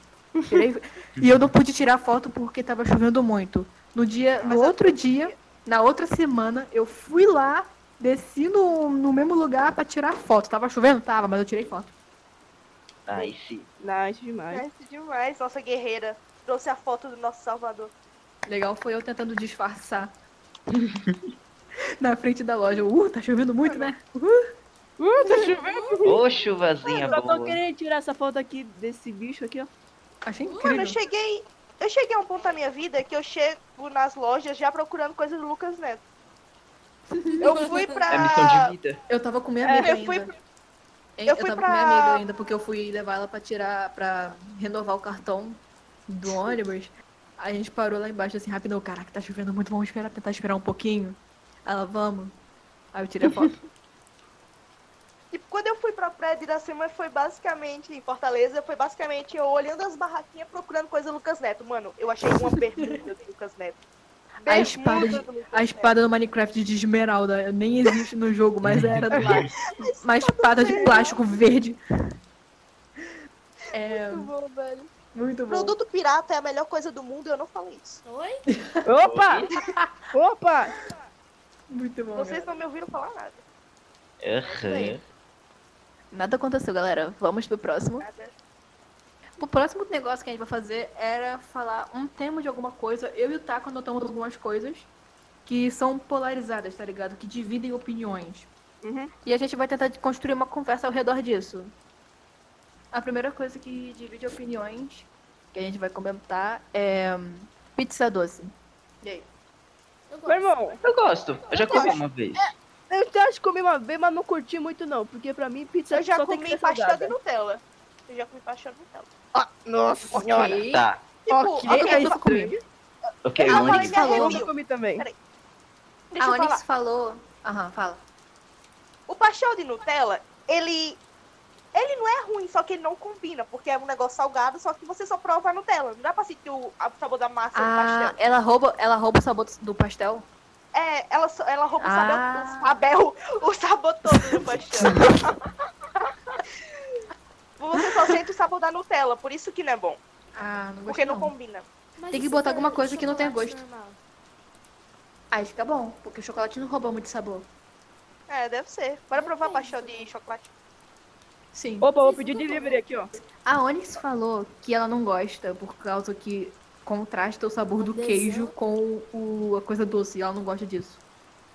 Tirei- e eu não pude tirar foto porque tava chovendo muito. No dia, no Mas eu- outro dia, na outra semana, eu fui lá, desci no, no mesmo lugar pra tirar foto. Tava chovendo? Tava, mas eu tirei foto. Nice. Nice demais. Nice demais. Nossa guerreira trouxe a foto do nosso salvador. Legal foi eu tentando disfarçar. Na frente da loja. Uh, tá chovendo muito, né? Uh, tá chovendo. Ô, chuvazinha Só tô É boa. querendo tirar essa foto aqui desse bicho aqui, ó. Achei Mano, eu incrível. cheguei. Eu cheguei a um ponto da minha vida que eu chego nas lojas já procurando coisas do Lucas Neto. Eu fui pra. É a missão de vida. Eu tava com minha É, amiga eu fui ainda. Hein, eu Eu, fui tava pra- com minha amiga ainda, porque eu fui levar ela pra tirar, pra renovar o cartão do ônibus. Aí a gente parou lá embaixo assim, rapidão, caraca, tá chovendo muito, vamos esperar, tentar esperar um pouquinho. Ela, vamos. Aí eu tirei a foto. Tipo, quando eu fui pra Praia de Iracema, foi basicamente, em Fortaleza, foi basicamente eu olhando as barraquinhas procurando coisa do Lucas Neto. Mano, eu achei uma bermuda do Lucas Neto. A espada Bermuda de- do Lucas A espada do Minecraft de esmeralda nem existe no jogo, mas era do lado. Uma espada de plástico verde. É, Neto. Muito bom, velho. muito bom. Produto pirata é a melhor coisa do mundo, eu não falei isso. Oi? Opa! Opa! Muito bom. Vocês galera. não me ouviram falar nada. Aham. Nada aconteceu, galera. Vamos pro próximo. nada. O próximo negócio que a gente vai fazer era falar um tema de alguma coisa. Eu e o Taco anotamos algumas coisas que são polarizadas, tá ligado? Que dividem opiniões. Uhum. E a gente vai tentar de- construir uma conversa ao redor disso. A primeira coisa que divide opiniões, que a gente vai comentar, é hum, pizza doce. E aí? Eu Meu gosto. irmão, Eu gosto. Eu já comi uma vez. eu até acho que comi uma vez, mas não curti muito não, porque pra mim pizza Eu já só tem que comi ser pastel de salgada. Nutella. Eu já comi pastel de Nutella. Nossa Ok. Tá. um Tipo, Ok, ok, é eu tô comendo. estranho. É, Ok, Ah, o falei minha Onyx Eu falou. review. nunca comi também. Peraí. deixa Ah, eu A falar. Onyx falou. Aham, fala. O pastel de Nutella, ele. Ele não é ruim, só que ele não combina, porque é um negócio salgado, só que você só prova a Nutella. Não dá pra sentir o a- o sabor da massa do Ah, pastel. ela rouba, ela rouba o sabor do- do pastel? É, ela, só- ela rouba Ah. o, sabor, o sabor, o sabor todo do pastel. você só sente o sabor da Nutella, por isso que não é bom. Ah, não Porque não combina. Mas Tem que e se botar for alguma coisa que não tenha chocolate gosto. normal? Aí fica bom, porque o chocolate não rouba muito sabor. É, deve ser. Bora provar Depende. pastel de chocolate. Sim. Opa, vou pedir delivery aqui, ó. A Onyx falou que ela não gosta por causa que contrasta o sabor do Adesão. queijo com o, a coisa doce. e Ela não gosta disso.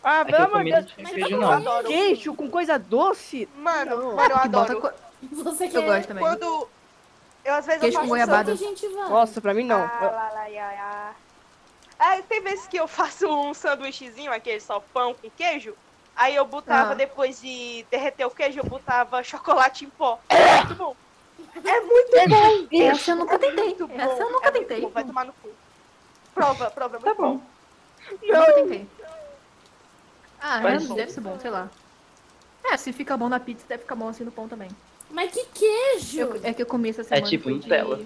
Ah, É que pelo eu amor de comi não Deus. tinha Mas queijo, eu não. adoro. Queijo com coisa doce? Mano, Não. mano, eu Que bota adoro. co- Você quer Eu gosto também. Quando. Eu às vezes Queijo eu faço com um goiabada. Só que a gente vai. Nossa, pra mim não. Ah, lá, lá, ia, ia. Ah, tem vezes que eu faço um sanduíchezinho, aquele só pão com queijo. Aí eu botava, Ah. depois de derreter o queijo, eu botava chocolate em pó. É muito bom. É muito Essa eu nunca tentei. bom. Essa eu nunca É muito tentei. bom, Vai tomar no cu. Prova, prova. é Tá muito bom. Nunca um. tentei. Ah, Mas- mas deve ser bom, sei lá. É, se fica bom na pizza, deve ficar bom assim no pão também. Mas que queijo! Eu- é que eu comi essa semana. tipo foi Nutella.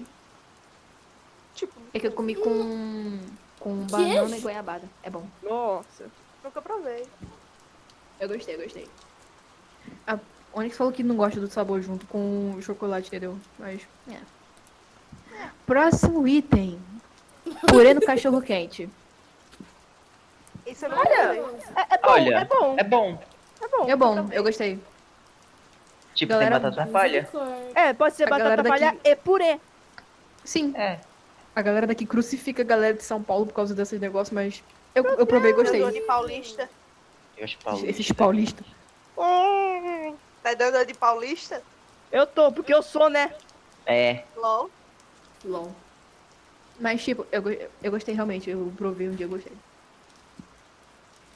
Tipo, É que eu comi com, com Queijo? banana e goiabada. É bom. Nossa. nunca provei. Eu gostei, eu gostei. A Onyx falou que não gosta do sabor junto com o chocolate, entendeu? Mas, é. Próximo item. Purê no cachorro quente. Isso eu não Olha, provei. é, é bom, Olha. é bom, É bom. é bom. É bom, eu gostei. Tipo, Galera, tem batata palha? Misericórdia. É, pode ser A batata galera daqui- palha e purê. Sim, É. a galera daqui crucifica a galera de São Paulo por causa desses negócios, mas eu, eu provei e gostei. Dando de paulista. Eu acho Paulo. Esses paulistas. Hum, tá dando de paulista? Eu tô, porque eu sou, né? É. LOL. LOL. Mas, tipo, eu, go- eu gostei realmente. Eu provei um dia, eu gostei.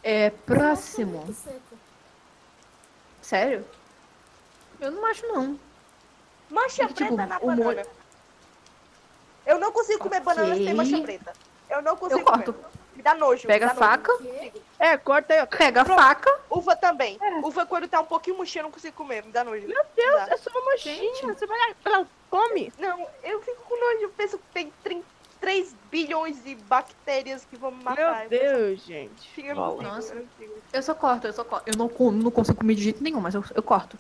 É, próximo. Muito seco. Sério? Eu não acho, não. Mancha Tipo, preta na o molho- banana. Eu não consigo comer banana sem Ok. ter mancha preta. Eu não consigo Eu corto. comer. Me dá nojo. Pega me a dá nojo. faca, Que? É, corta aí, ó. pega a faca. Uva também. Uva quando tá um pouquinho murchinha, eu não consigo comer, me dá nojo. É. Meu Deus, é só uma manchinha. Gente. Você vai lá, ela come. Não, eu fico com nojo, eu penso que tem 3 bilhões de bactérias que vão me matar. Meu Deus, gente. Eu não consigo, Nossa. eu não consigo. Eu só corto, eu só corto. Eu não como, não consigo comer de jeito nenhum, mas eu, eu corto.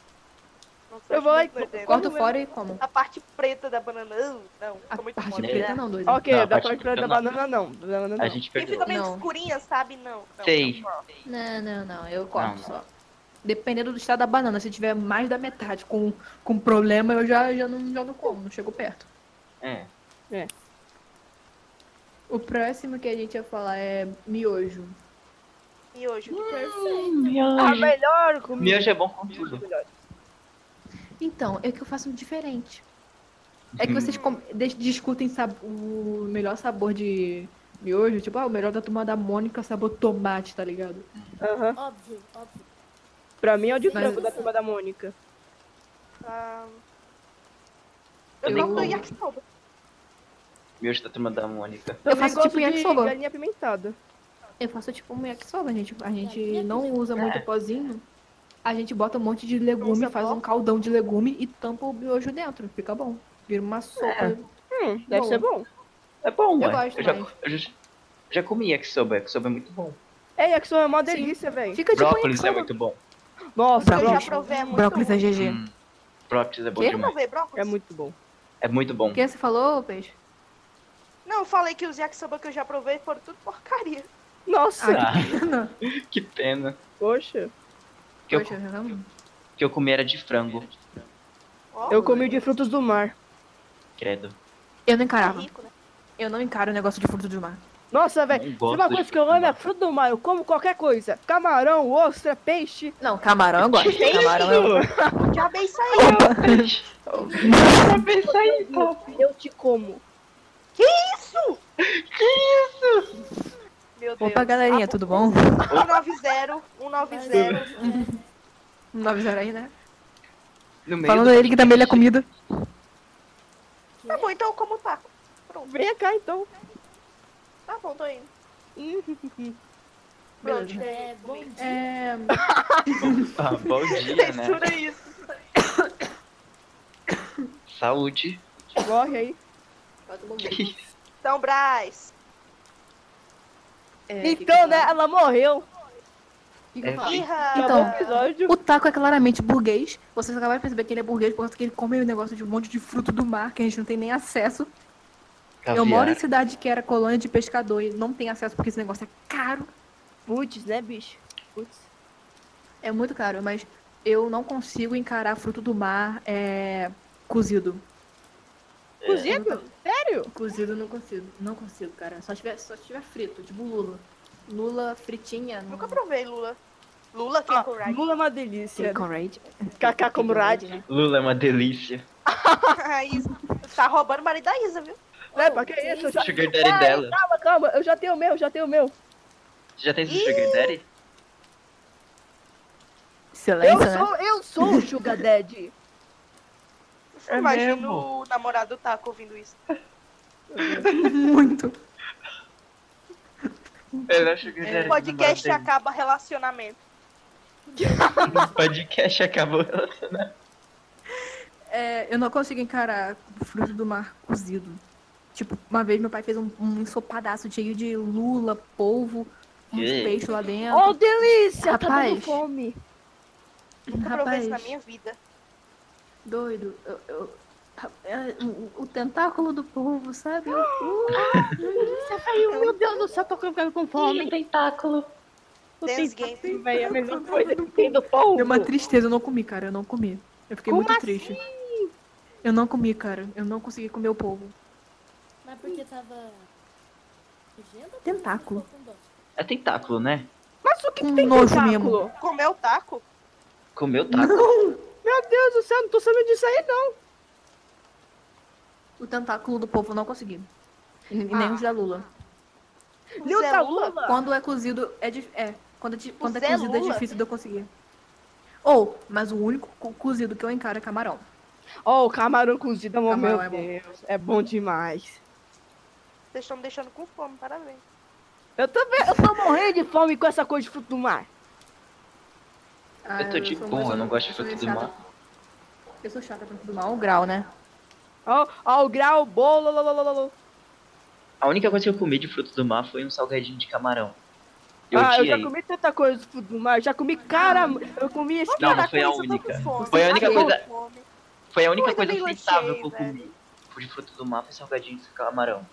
Nossa, Eu acho vou lá e muito nojento. Corto mesmo. fora e como. A parte preta da banana, uh, não, A ficou muito parte mole. preta não, doido. Ok, Não, a da parte parte preta da preta não. banana não. Da banana A não. gente Quem fica perdoa. meio Não. escurinha, sabe? Não. não, Sei. não. Não, não, não. Eu corto Não. só. Dependendo do estado da banana, se tiver mais da metade com, com problema, eu já, já, não, já não como, não chego perto. É. O próximo que a gente ia falar é miojo. E hoje? Hum. Perfeito. A Miojo. Ah, melhor comida. Miojo é bom com tudo. Então, é que eu faço diferente. É Uhum. que vocês com- dis- discutem sab- o melhor sabor de miojo, tipo, ah, o melhor da turma da Mônica é sabor tomate, tá ligado? Aham. Óbvio, óbvio. Pra mim é o de Mas- frango da turma da Mônica. Ah, eu, Eu- gosto do yakisoba. Miojo da turma da Mônica. Eu Também faço gosto tipo de yakisoba. galinha apimentada. Eu faço tipo um yakisoba, gente. A gente Yakisoba. não usa muito pozinho. A gente bota um monte de legume, Nossa, faz bom. um caldão de legume e tampa o miojo dentro. Fica bom. Vira uma sopa. Hum, deve Bom. ser bom. É bom, Eu ué. gosto já, mais. eu já, já comi yakisoba. Yakisoba é muito bom. É, yakisoba é uma Sim. delícia, velho. Fica tipo um Brócolis é yakisoba. muito bom. Nossa, Eu já brócolis provei, é muito Brócolis bom. é GG. Hum, Brócolis é bom Que? Eu demais. provei brócolis? é muito bom. É muito bom. O que você falou, Peixe? Não, eu falei que os yakisoba que eu já provei foram tudo porcaria. Nossa, Ah, Não. que pena. poxa. Que eu, Poxa, não. que eu comi era de frango. Ó, Eu comi o de frutos do mar. Credo. Eu não tá encarava. rico, né? Eu não encaro o negócio de fruto do mar. Nossa, velho. Não Uma gosto coisa de que eu amo é fubá. fruto do mar. Eu como qualquer coisa. Camarão, ostra, peixe. Não, camarão eu gosto. é Camarão é é eu gosto. Já bem saiu. Pra pensar em pop. Eu te como. Meu Deus. Tá Opa, galerinha, tudo Ah, bom? 190, 190. é Não avisaram aí, né? No meio Falando do- ele que também ele é comida. Tá bom, então eu como taco. Vem cá então. Tá bom, tô indo. Beleza. Pronto, É, bom dia. É, Ah, bom dia, né? Censura isso. Saúde. Morre aí. bota o bombom. Então, Braz. é, Então, né? Ela morreu. O que que eu É, falo? Irra. Acabou Então. o episódio. O taco é claramente burguês. Vocês acabaram de perceber que ele é burguês por causa que ele come um negócio de um monte de fruto do mar que a gente não tem nem acesso. Eu moro em cidade que era colônia de pescador e não tem acesso porque esse negócio é caro. Putz, né, bicho? Putz. É muito caro, mas eu não consigo encarar fruto do mar é, cozido. É, Cozido? Sério? Cozido eu não consigo. Não consigo, cara. Só se tiver, só se tiver frito, tipo lula. Lula fritinha. Nunca provei, Lula. Lula, que Ah, é coragem. Lula é uma delícia. Bacon Raid. Kaká como Rad. né? Lula é uma delícia. A Isa. Tá roubando o marido da Isa, viu? Leva, Né, que é? Tá isso? Eu já... Sugar daddy dela. Calma, calma. Eu já tenho o meu, já tenho o meu. Você já tem seu sugar daddy? Eu Excelência, né? sou, eu sou o Sugar Daddy. É Imagina mesmo? o namorado do Taco ouvindo isso. Muito. Ele é o sugar daddy. O do podcast namorado acaba relacionamento. dele. O podcast acabou. É, eu não consigo encarar fruto do mar cozido. Tipo, uma vez meu pai fez um, um ensopadaço cheio de lula, polvo, um Que? peixe lá dentro. Oh, delícia! tá dando Rapaz. fome. Nunca provei Rapaz, isso na minha vida. doido. Eu- eu- é, o- o tentáculo do polvo, sabe? uh! Ai, É um meu Deus do céu, tô ficando com fome. tentáculo. Dance Game. Véi, é a melhor coisa que tem do povo. Deu É uma tristeza, eu não comi, cara, eu não comi. Eu fiquei Como muito triste. assim? Eu não comi, cara, eu não consegui comer o polvo. Mas porque tava. Gelo? Tentáculo. É tentáculo, né? Mas o que, que Um tem nojo tentáculo? mesmo. Meu Comeu o taco? Comeu taco. Deus do céu, não tô sabendo disso aí, não. O tentáculo do polvo eu não consegui. E e nem Ah. os da lula. Nem o Zé da Lula? Lula. Quando é cozido, é difícil. É, quando é, di- quando é Zé cozido Lula? é difícil de eu conseguir. Ou, mas o único co- cozido que eu encaro é camarão. Ó, o camarão cozido, oh, Camarão meu é bom. Deus. É bom demais. Vocês estão me deixando com fome, parabéns. Eu também, eu tô morrendo de fome com essa coisa de fruto do mar. Ah, Eu tô de sou boa, mais ou eu não menos- gosto de eu sou meio fruto do chata. Eu sou chata pra tudo mal, um grau, né? Ó, ó, o grau, o bolo, lo, lo, lo, lo. A única coisa que eu comi de frutos do mar foi um salgadinho de camarão. Eu Ah, eu odiei. já comi tanta coisa de fruto do mar. Eu já comi cara, Ah. eu comi esse Não, cara. mas foi a Isa, eu tô com única. fome. Foi a única Ai, eu tô coisa- com fome. Foi a única Coisa coisa bem aceitável que eu lancheira, comi. De fruto do mar foi salgadinho de camarão.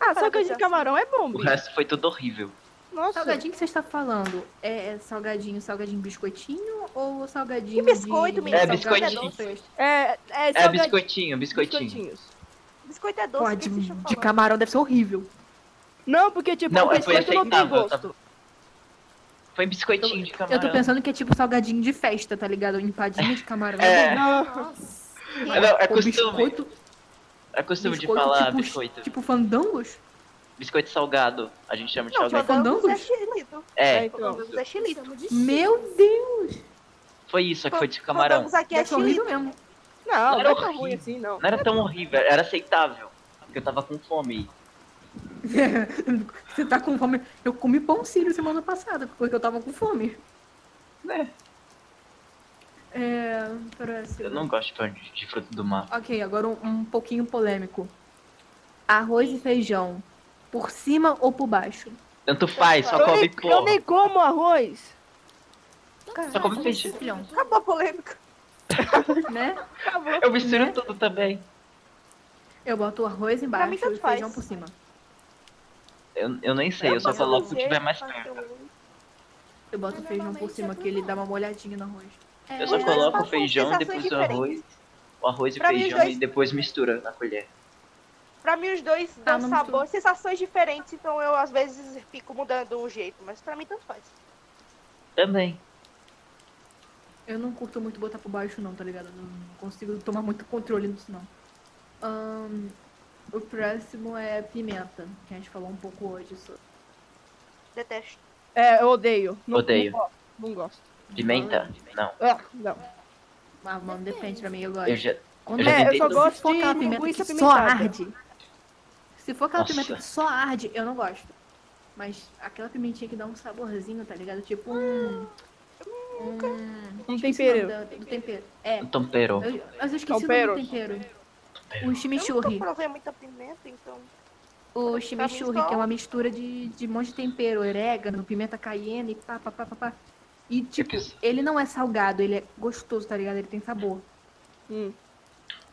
Ah, só Cara, que você- de camarão é bom, O bicho. resto foi tudo horrível. Nossa. Salgadinho que você está falando é salgadinho, salgadinho biscoitinho ou salgadinho. Que biscoito, de... menino? É, biscoitinho. doce? É, é, É, salgadinho- biscoitinho, biscoitinho. biscoitinhos. Biscoito é doce, Pô, o que de, vocês estão de falando? camarão deve ser horrível. Não, porque tipo, Não, o foi biscoito não tem aceitável, tá gosto. Foi biscoitinho de camarão. Eu tô pensando que é tipo salgadinho de festa, tá ligado? Empadinha de camarão. É. Não. Nossa. É, não, é Ou costume. biscoito, É costume de biscoito falar tipo, biscoito. tipo fandangos? Biscoito salgado. A gente chama de Não, salgado. fandangos é Fandangos? chilito. É, Então. Fandangos é Eu chilito. chamo de Meu Deus, foi isso, só que foi de camarão. Fandangos aqui é deve ser chilito. horrível mesmo. Não, não Era é tão ruim horrível. assim, não. Não era tão horrível, era aceitável. Porque eu tava com fome. Você tá com fome. Eu comi pão sírio semana passada, porque eu tava com fome. É, próximo. Eu não gosto de pão de, de fruto do mar. Ok, agora um, um pouquinho polêmico. Arroz e feijão. Por cima ou por baixo? Tanto faz, só Eu nem, come eu porra. nem como arroz. Cara, Só come feijão. filhão, Acabou a polêmica. né? Eu misturo tudo também. Eu boto o arroz Pra mim, embaixo e tanto o feijão faz. por cima. Eu, eu nem sei, eu só posso coloco o que fazer, tiver mais fazer perto. um- Eu boto o feijão Mas por normalmente é cima, por que ele baixo. dá uma molhadinha no arroz. Eu só É, coloco o mas são feijão, sensações depois o diferentes. arroz, o arroz e o Pra mim, os feijão dois- e depois mistura na colher. Pra mim, os dois Ah, dão não sabor, mistura. sensações diferentes, então eu às vezes fico mudando o jeito, mas pra mim tanto faz. Também. Eu não curto muito botar por baixo, não, tá ligado? Eu Não consigo tomar muito controle disso, não. Ahn, o próximo é pimenta, que a gente falou um pouco hoje sobre. Detesto. É, eu odeio. Não, Odeio. Não gosto. Não gosto. Pimenta? Não. Ah, não. Ah, mano, depende pra mim, eu Eu gosto. já, Quando eu já é, tentei- eu Se for gosto de aquela pimenta linguiça que só pimentada. arde. Se for aquela Nossa. pimenta que só arde, eu não gosto. Mas aquela pimentinha que dá um saborzinho, tá ligado? Tipo um. um... Um esqueci o nome tempero. da- Do, tempero. É. um tempero. Eu, mas eu esqueci o Tempero. nome do tempero. O Eu nunca chimichurri. provei muita pimenta, então. O chimichurri, que é uma mistura de, de um monte de tempero, orégano, pimenta cayenne, e pá, pá, pá, pá, pá. E, tipo, Isso. ele não é salgado, ele é gostoso, tá ligado? Ele tem sabor. Hum.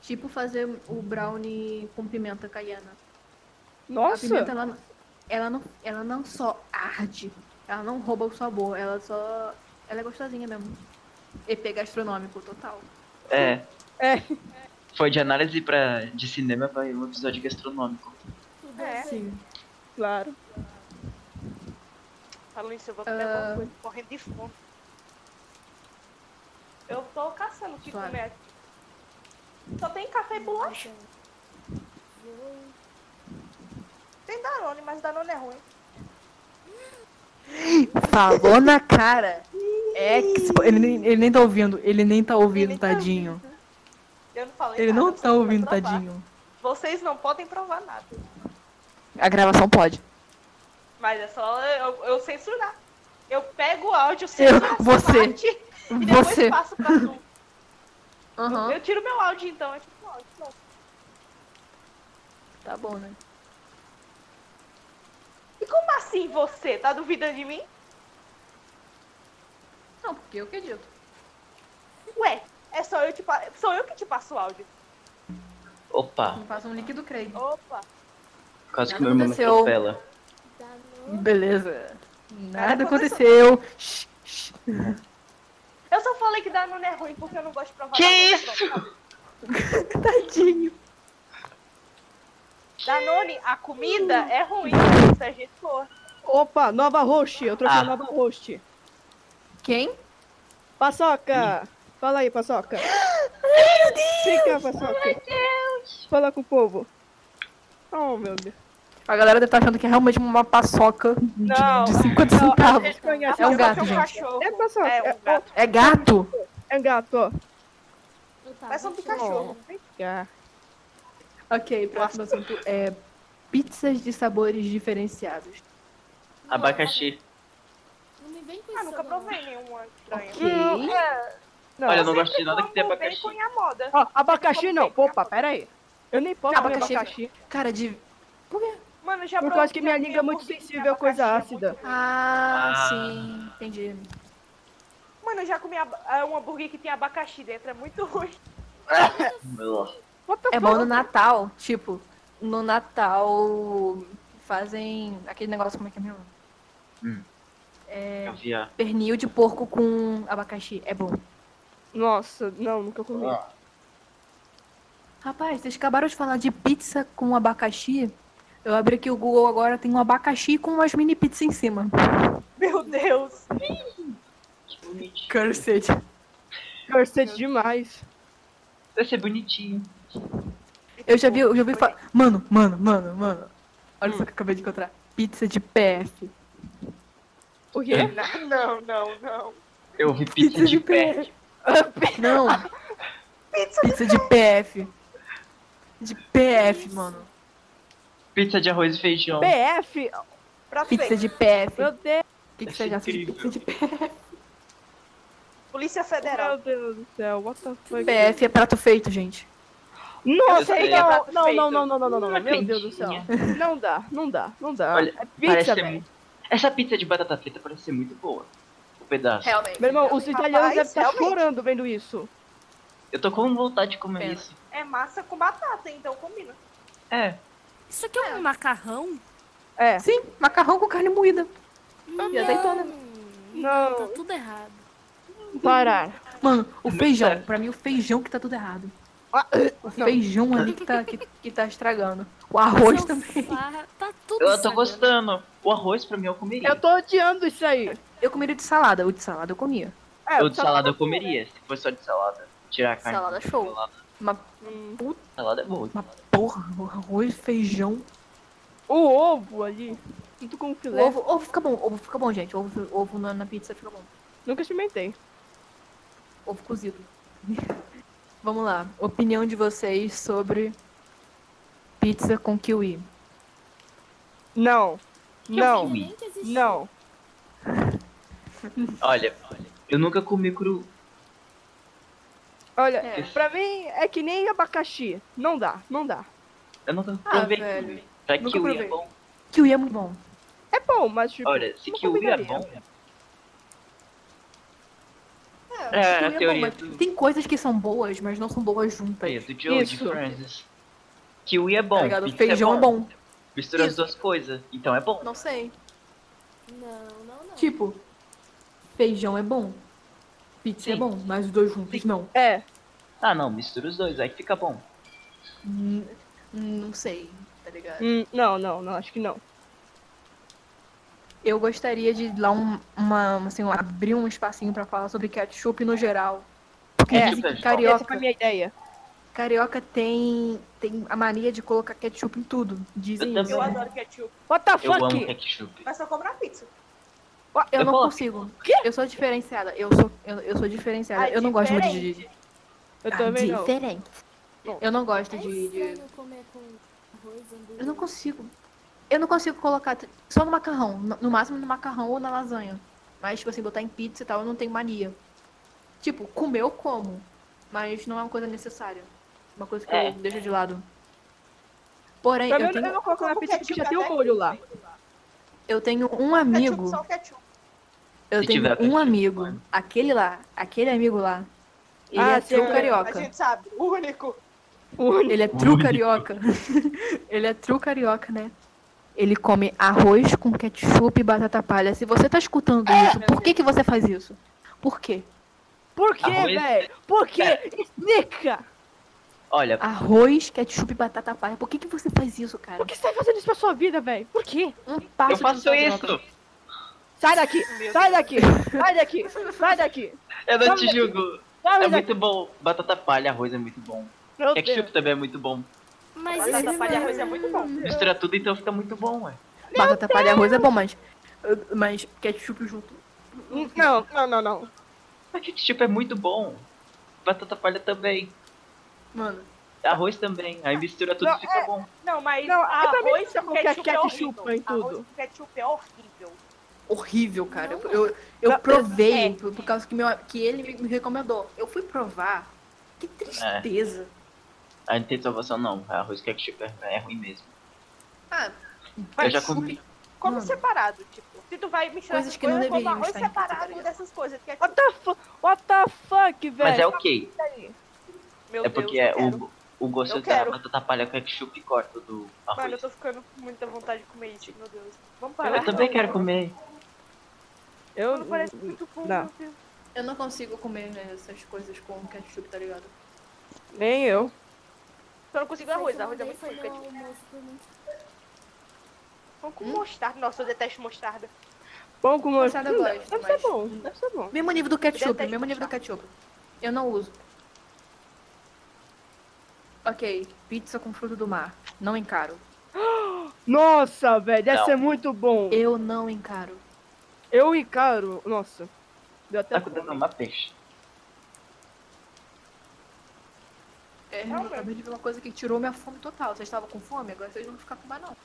Tipo fazer o brownie com pimenta caiana. A Nossa. pimenta, ela, ela, não, ela não só arde, ela não rouba o sabor, ela só... Ela é gostosinha mesmo. EP gastronômico total. É. É. Foi de análise pra, de cinema pra um episódio gastronômico. Tudo É. assim. Claro. Falando isso, eu vou pegar uma coisa correndo de fome. Eu tô caçando o que Suave. comer aqui. Só tem café e bolacha. Vou- Tem Danone, mas Danone é ruim. Falou na cara! É que... Ele nem, ele nem tá ouvindo, ele nem tá ouvindo, Ele tá ouvindo. Eu não falei nada, vocês podem provar. Vocês não podem provar nada. A gravação pode. Mas é só eu, eu censurar. Eu pego o áudio, censuro essa você. parte e depois passo pra tu. Aham. Eu tiro meu áudio então, eu tiro meu áudio. Não. Tá bom, né? E como assim você? Tá duvidando de mim? Não, porque eu acredito. Ué, é só eu te pa- sou eu que te passo o áudio. Opa, Não passa um líquido creio. Opa, quase que Nada meu irmão me aconteceu. atropela. Tá, Danone. Beleza. Nada Nada aconteceu. eu só falei que Danone é ruim porque eu não gosto de provar. Que nada. isso? Tadinho. Danone, a comida é ruim. Se a gente for. Opa, nova host. Eu troquei Ah. a nova host. Quem? Hum. Paçoca. Fala aí, Paçoca. Meu Deus. Fica, Paçoca. Meu Deus. Fala com o povo. Oh, meu Deus. A galera deve estar achando que é realmente uma paçoca de, Não, de 50 não, centavos. Eles conhecem. É um gato, é um gente. cachorro. É, Paçoca. É um gato. É gato? É um gato, ó. Eu tava Parece um achando- Pikachu. Ah. Ok, próximo assunto é pizzas de sabores diferenciados. Nossa, Abacaxi. Não me vem com isso. Ah, nunca não. provei nenhum estranho. Ok. Não, Não. Olha, eu não Sempre gosto de nada que tenha quando vem abacaxi. com a moda. Ó, abacaxi não. Opa, pera aí. Eu nem posso comer Abacaxi. abacaxi. Cara, de. Mano, já Por provei- causa que já minha vi língua é muito hambúrguer de sensível a coisa abacaxi, é muito ácida. ruim. Ah, Ah. sim. Entendi. Mano, eu já comi ab- ah, um hambúrguer que tem abacaxi dentro, é muito ruim. Ugh. What the É bom no Natal. Tipo, no Natal fazem aquele negócio, como é que é meu? É. Eu vi a- Pernil de porco com abacaxi. É bom. Nossa, não, nunca comi. Ah. Rapaz, vocês acabaram de falar de pizza com abacaxi. Eu abri aqui o Google agora, tem um abacaxi com umas mini pizzas em cima. Meu Deus. Que bonitinho. Cursed. Cursed é demais. Deve ser bonitinho. Eu já vi, eu já vi falar. Mano, mano, mano, mano. Olha só o que eu acabei de encontrar. Pizza de PF. O quê? É. Não, não, não. Eu vi pizza de pé. Não. Pizza de PF. De PF, mano. Pizza de arroz e feijão. PF? Pra Pizza frente. de PF. Meu O Deus, que, que você já assistiu? Incrível. Pizza de PF. Polícia Federal. meu Deus do céu. What the fuck? PF é prato feito, gente. Nossa, então, Eu sei. não, não, não, não, não, não, não, não, Uma Meu Deus do céu. quentinha. Não dá, não dá, não dá. Olha, é Parece pizza, ser velho. muito... Essa pizza de batata frita parece ser muito boa. O pedaço. É. Realmente. Meu irmão, os italianos Rapaz, devem estar realmente. chorando vendo isso. Eu tô com vontade de comer Pena. isso. É massa com batata, então combina. É. Isso aqui é um macarrão? É. Sim, macarrão com carne moída. Hum. Não. azeitona. Tá Não, tudo errado. parar. Hum, Mano, o feijão. Pra mim, o feijão que tá tudo errado. Ah, O feijão ali que tá, que, que tá estragando. O arroz também. Sofá, Tá tudo Eu tô estragando. gostando. O arroz pra mim eu comeria. Eu tô odiando isso aí. Eu comeria de salada. O de salada eu comia. É, eu de só- salada eu comeria, se fosse só de salada. Tirar a carne. Salada show. Salada, Uma Hum, salada é boa. Uma porra, o arroz, feijão. O ovo ali, junto com o O filé. ovo, ovo fica bom, ovo fica bom, gente. Ovo, ovo na, na pizza fica bom. Nunca experimentei. Ovo cozido. Vamos lá. Opinião de vocês sobre pizza com kiwi. Não. Eu Não. queria nem que existisse. Não. Olha, eu nunca comi cru. Olha, É. pra mim é que nem abacaxi. Não dá, não dá. Eu nunca Ah, provei velho. kiwi. Pra Nunca kiwi é provei. bom. Kiwi é muito bom. É bom, mas tipo. Olha, se não kiwi é combinaria. bom... É, era a Kiwi é bom, teoria mas do... Tem coisas que são boas, mas não são boas juntas. teoria do Joe de Isso. Francis. Kiwi é Tá bom, ligado? pizza feijão é bom. Mistura as Isso. duas coisas, então é bom. Não sei. Não, não, não. Tipo, feijão é bom. Pizza é Sim. bom, mas os dois juntos não. É, Ah, não, mistura os dois, aí fica bom. Hum, Não sei, tá ligado? hum, não, não, não, acho que não. Eu gostaria de dar um, uma, assim, um- abrir um espacinho pra falar sobre ketchup no geral. Porque É, dizem que pessoal. Essa foi a carioca, minha ideia. carioca tem, tem a mania de colocar ketchup em tudo. Dizem Eu isso. Eu também. né? adoro ketchup, What the Eu amo fuck? ketchup. mas só comprar pizza. Eu Eu não coloco. consigo. assim, Quê? Eu sou diferenciada. Eu sou, eu, eu sou diferenciada. Ai, eu não gosto muito de. diferente. Eu também não. diferente. Bom. Eu não gosto É de- de estranho comer com arroz, hambúrguer. Eu não consigo. Eu não consigo colocar t- só no macarrão. No no máximo no macarrão ou na lasanha. Mas, tipo assim, botar em pizza e tal, eu não tenho mania. Tipo, comer eu como. Mas não é uma coisa necessária. Uma coisa que É. eu deixo de lado. Porém, Pra mim, eu eu não tenho, vou colocar na Como pizza porque já ketchup tem o tipo até molho lá. eu tenho um É, tipo, Ketchup, amigo. só ketchup. Eu Se tenho tiver um ketchup, amigo. mano. Aquele lá. Aquele amigo lá. Ele Ah, é sim, true é. A carioca. gente sabe, o único. Ele é true Único. carioca. ele é true carioca, né? Ele come arroz com ketchup e batata palha. Se você tá escutando isso, por que, que você faz isso? Por quê? Por quê, Arroz- É. velho? Por quê? Explica! Olha, Ah, Arroz, ketchup e batata palha. Por que, que você faz isso, cara? Por que você tá fazendo isso pra sua vida, velho? Por quê? Um passo eu de faço isso! droga. Sai daqui! Sai daqui! Sai daqui! Sai daqui! Eu não te Vamos julgo! Sai É daqui! muito bom. Batata palha, arroz é muito bom. Meu Ketchup também é muito bom. Mas Batata ele palha e não- arroz é muito bom. Mistura tudo, então fica muito bom, ué. Batata palha e arroz é bom, mas. Mas ketchup junto. Deus. Não, não, não, não. Mas ketchup é muito bom. Batata palha também. Mano, Arroz também. Aí mistura tudo Não, e fica bom. Não, é. mas Não, é pra mim arroz que com ketchup, qualquer é ketchup horrível. em tudo. Arroz com ketchup é horrível. horrível, cara. Não, eu eu Não, provei é. por, por causa que, meu, que ele me- me recomendou. Eu fui provar. Que tristeza. Aí Ah, não tem salvação, não. Arroz com ketchup é, é ruim mesmo. Ah, Mas eu já comi. Como Mano. separado, tipo. Se tu vai misturar Coisas essas que não coisas, como deveriam arroz estar em pizza, tá separado ligado? dessas coisas. Que é, What the, fu What the fuck, velho? Mas é ok. meu É Deus, porque eu é quero. o, o gosto Eu da quero. batata palha com ketchup e corta do Mano, eu arroz. tô ficando com muita vontade de comer isso, meu Deus. Vamos parar. Eu também quero comer. Eu, Mano, parece muito bom, Não. meu Deus. Eu não consigo comer né, essas coisas com ketchup, tá ligado? nem eu. Só não consigo Foi que arroz, eu arroz é mandei, muito foi ruim. no ketchup. almoço pra mim. Vamos com mostarda. Nossa, eu detesto mostarda. Bom com Moçada Hum, gosta, Deve ser mas- bom, deve ser bom. Mesmo nível do ketchup, Detesto mesmo nível do ketchup. Eu não uso. Ok, pizza com fruto do mar. Não encaro. Nossa, velho, deve Não. ser muito bom. Eu não encaro. Eu e Caro, nossa. Deu até Tá com fome. uma peixe. É, eu Realmente. acabei de ver uma coisa que tirou minha fome total. Vocês estavam com fome? Agora vocês não vão ficar com mais não.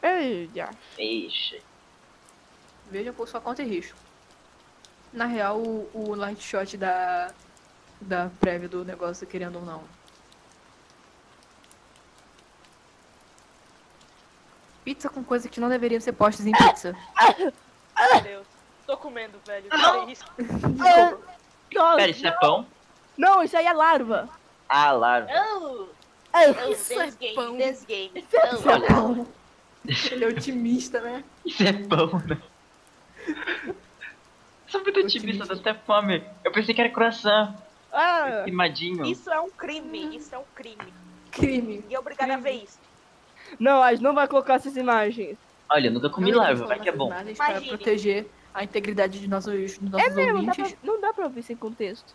Ei, já. Peixe. Vejam por sua conta e risco. Na real, o, o light shot da, da prévia do negócio, querendo ou não. Pizza com coisas que não deveriam ser postas em pizza. Meu Deus. Tô comendo, velho. É. Não. Isso. Ah, Nossa, Pera, isso é pão? Não, isso aí é larva. Ah, É. larva. Isso é pão. game. Olha. Ele é otimista, né? Isso é pão, né? Sou muito otimista, dá até fome. Eu pensei que era croissant. Ah, Queimadinho. Isso é um crime, isso é um crime. Crime. Ninguém é obrigado a ver isso. não, a gente não vai colocar essas imagens. Olha, eu nunca comi larva, vai que é bom. Imagens Para Imagine. proteger a integridade de nossos, dos nossos Não dá, pra, ouvintes. não dá pra ouvir sem contexto.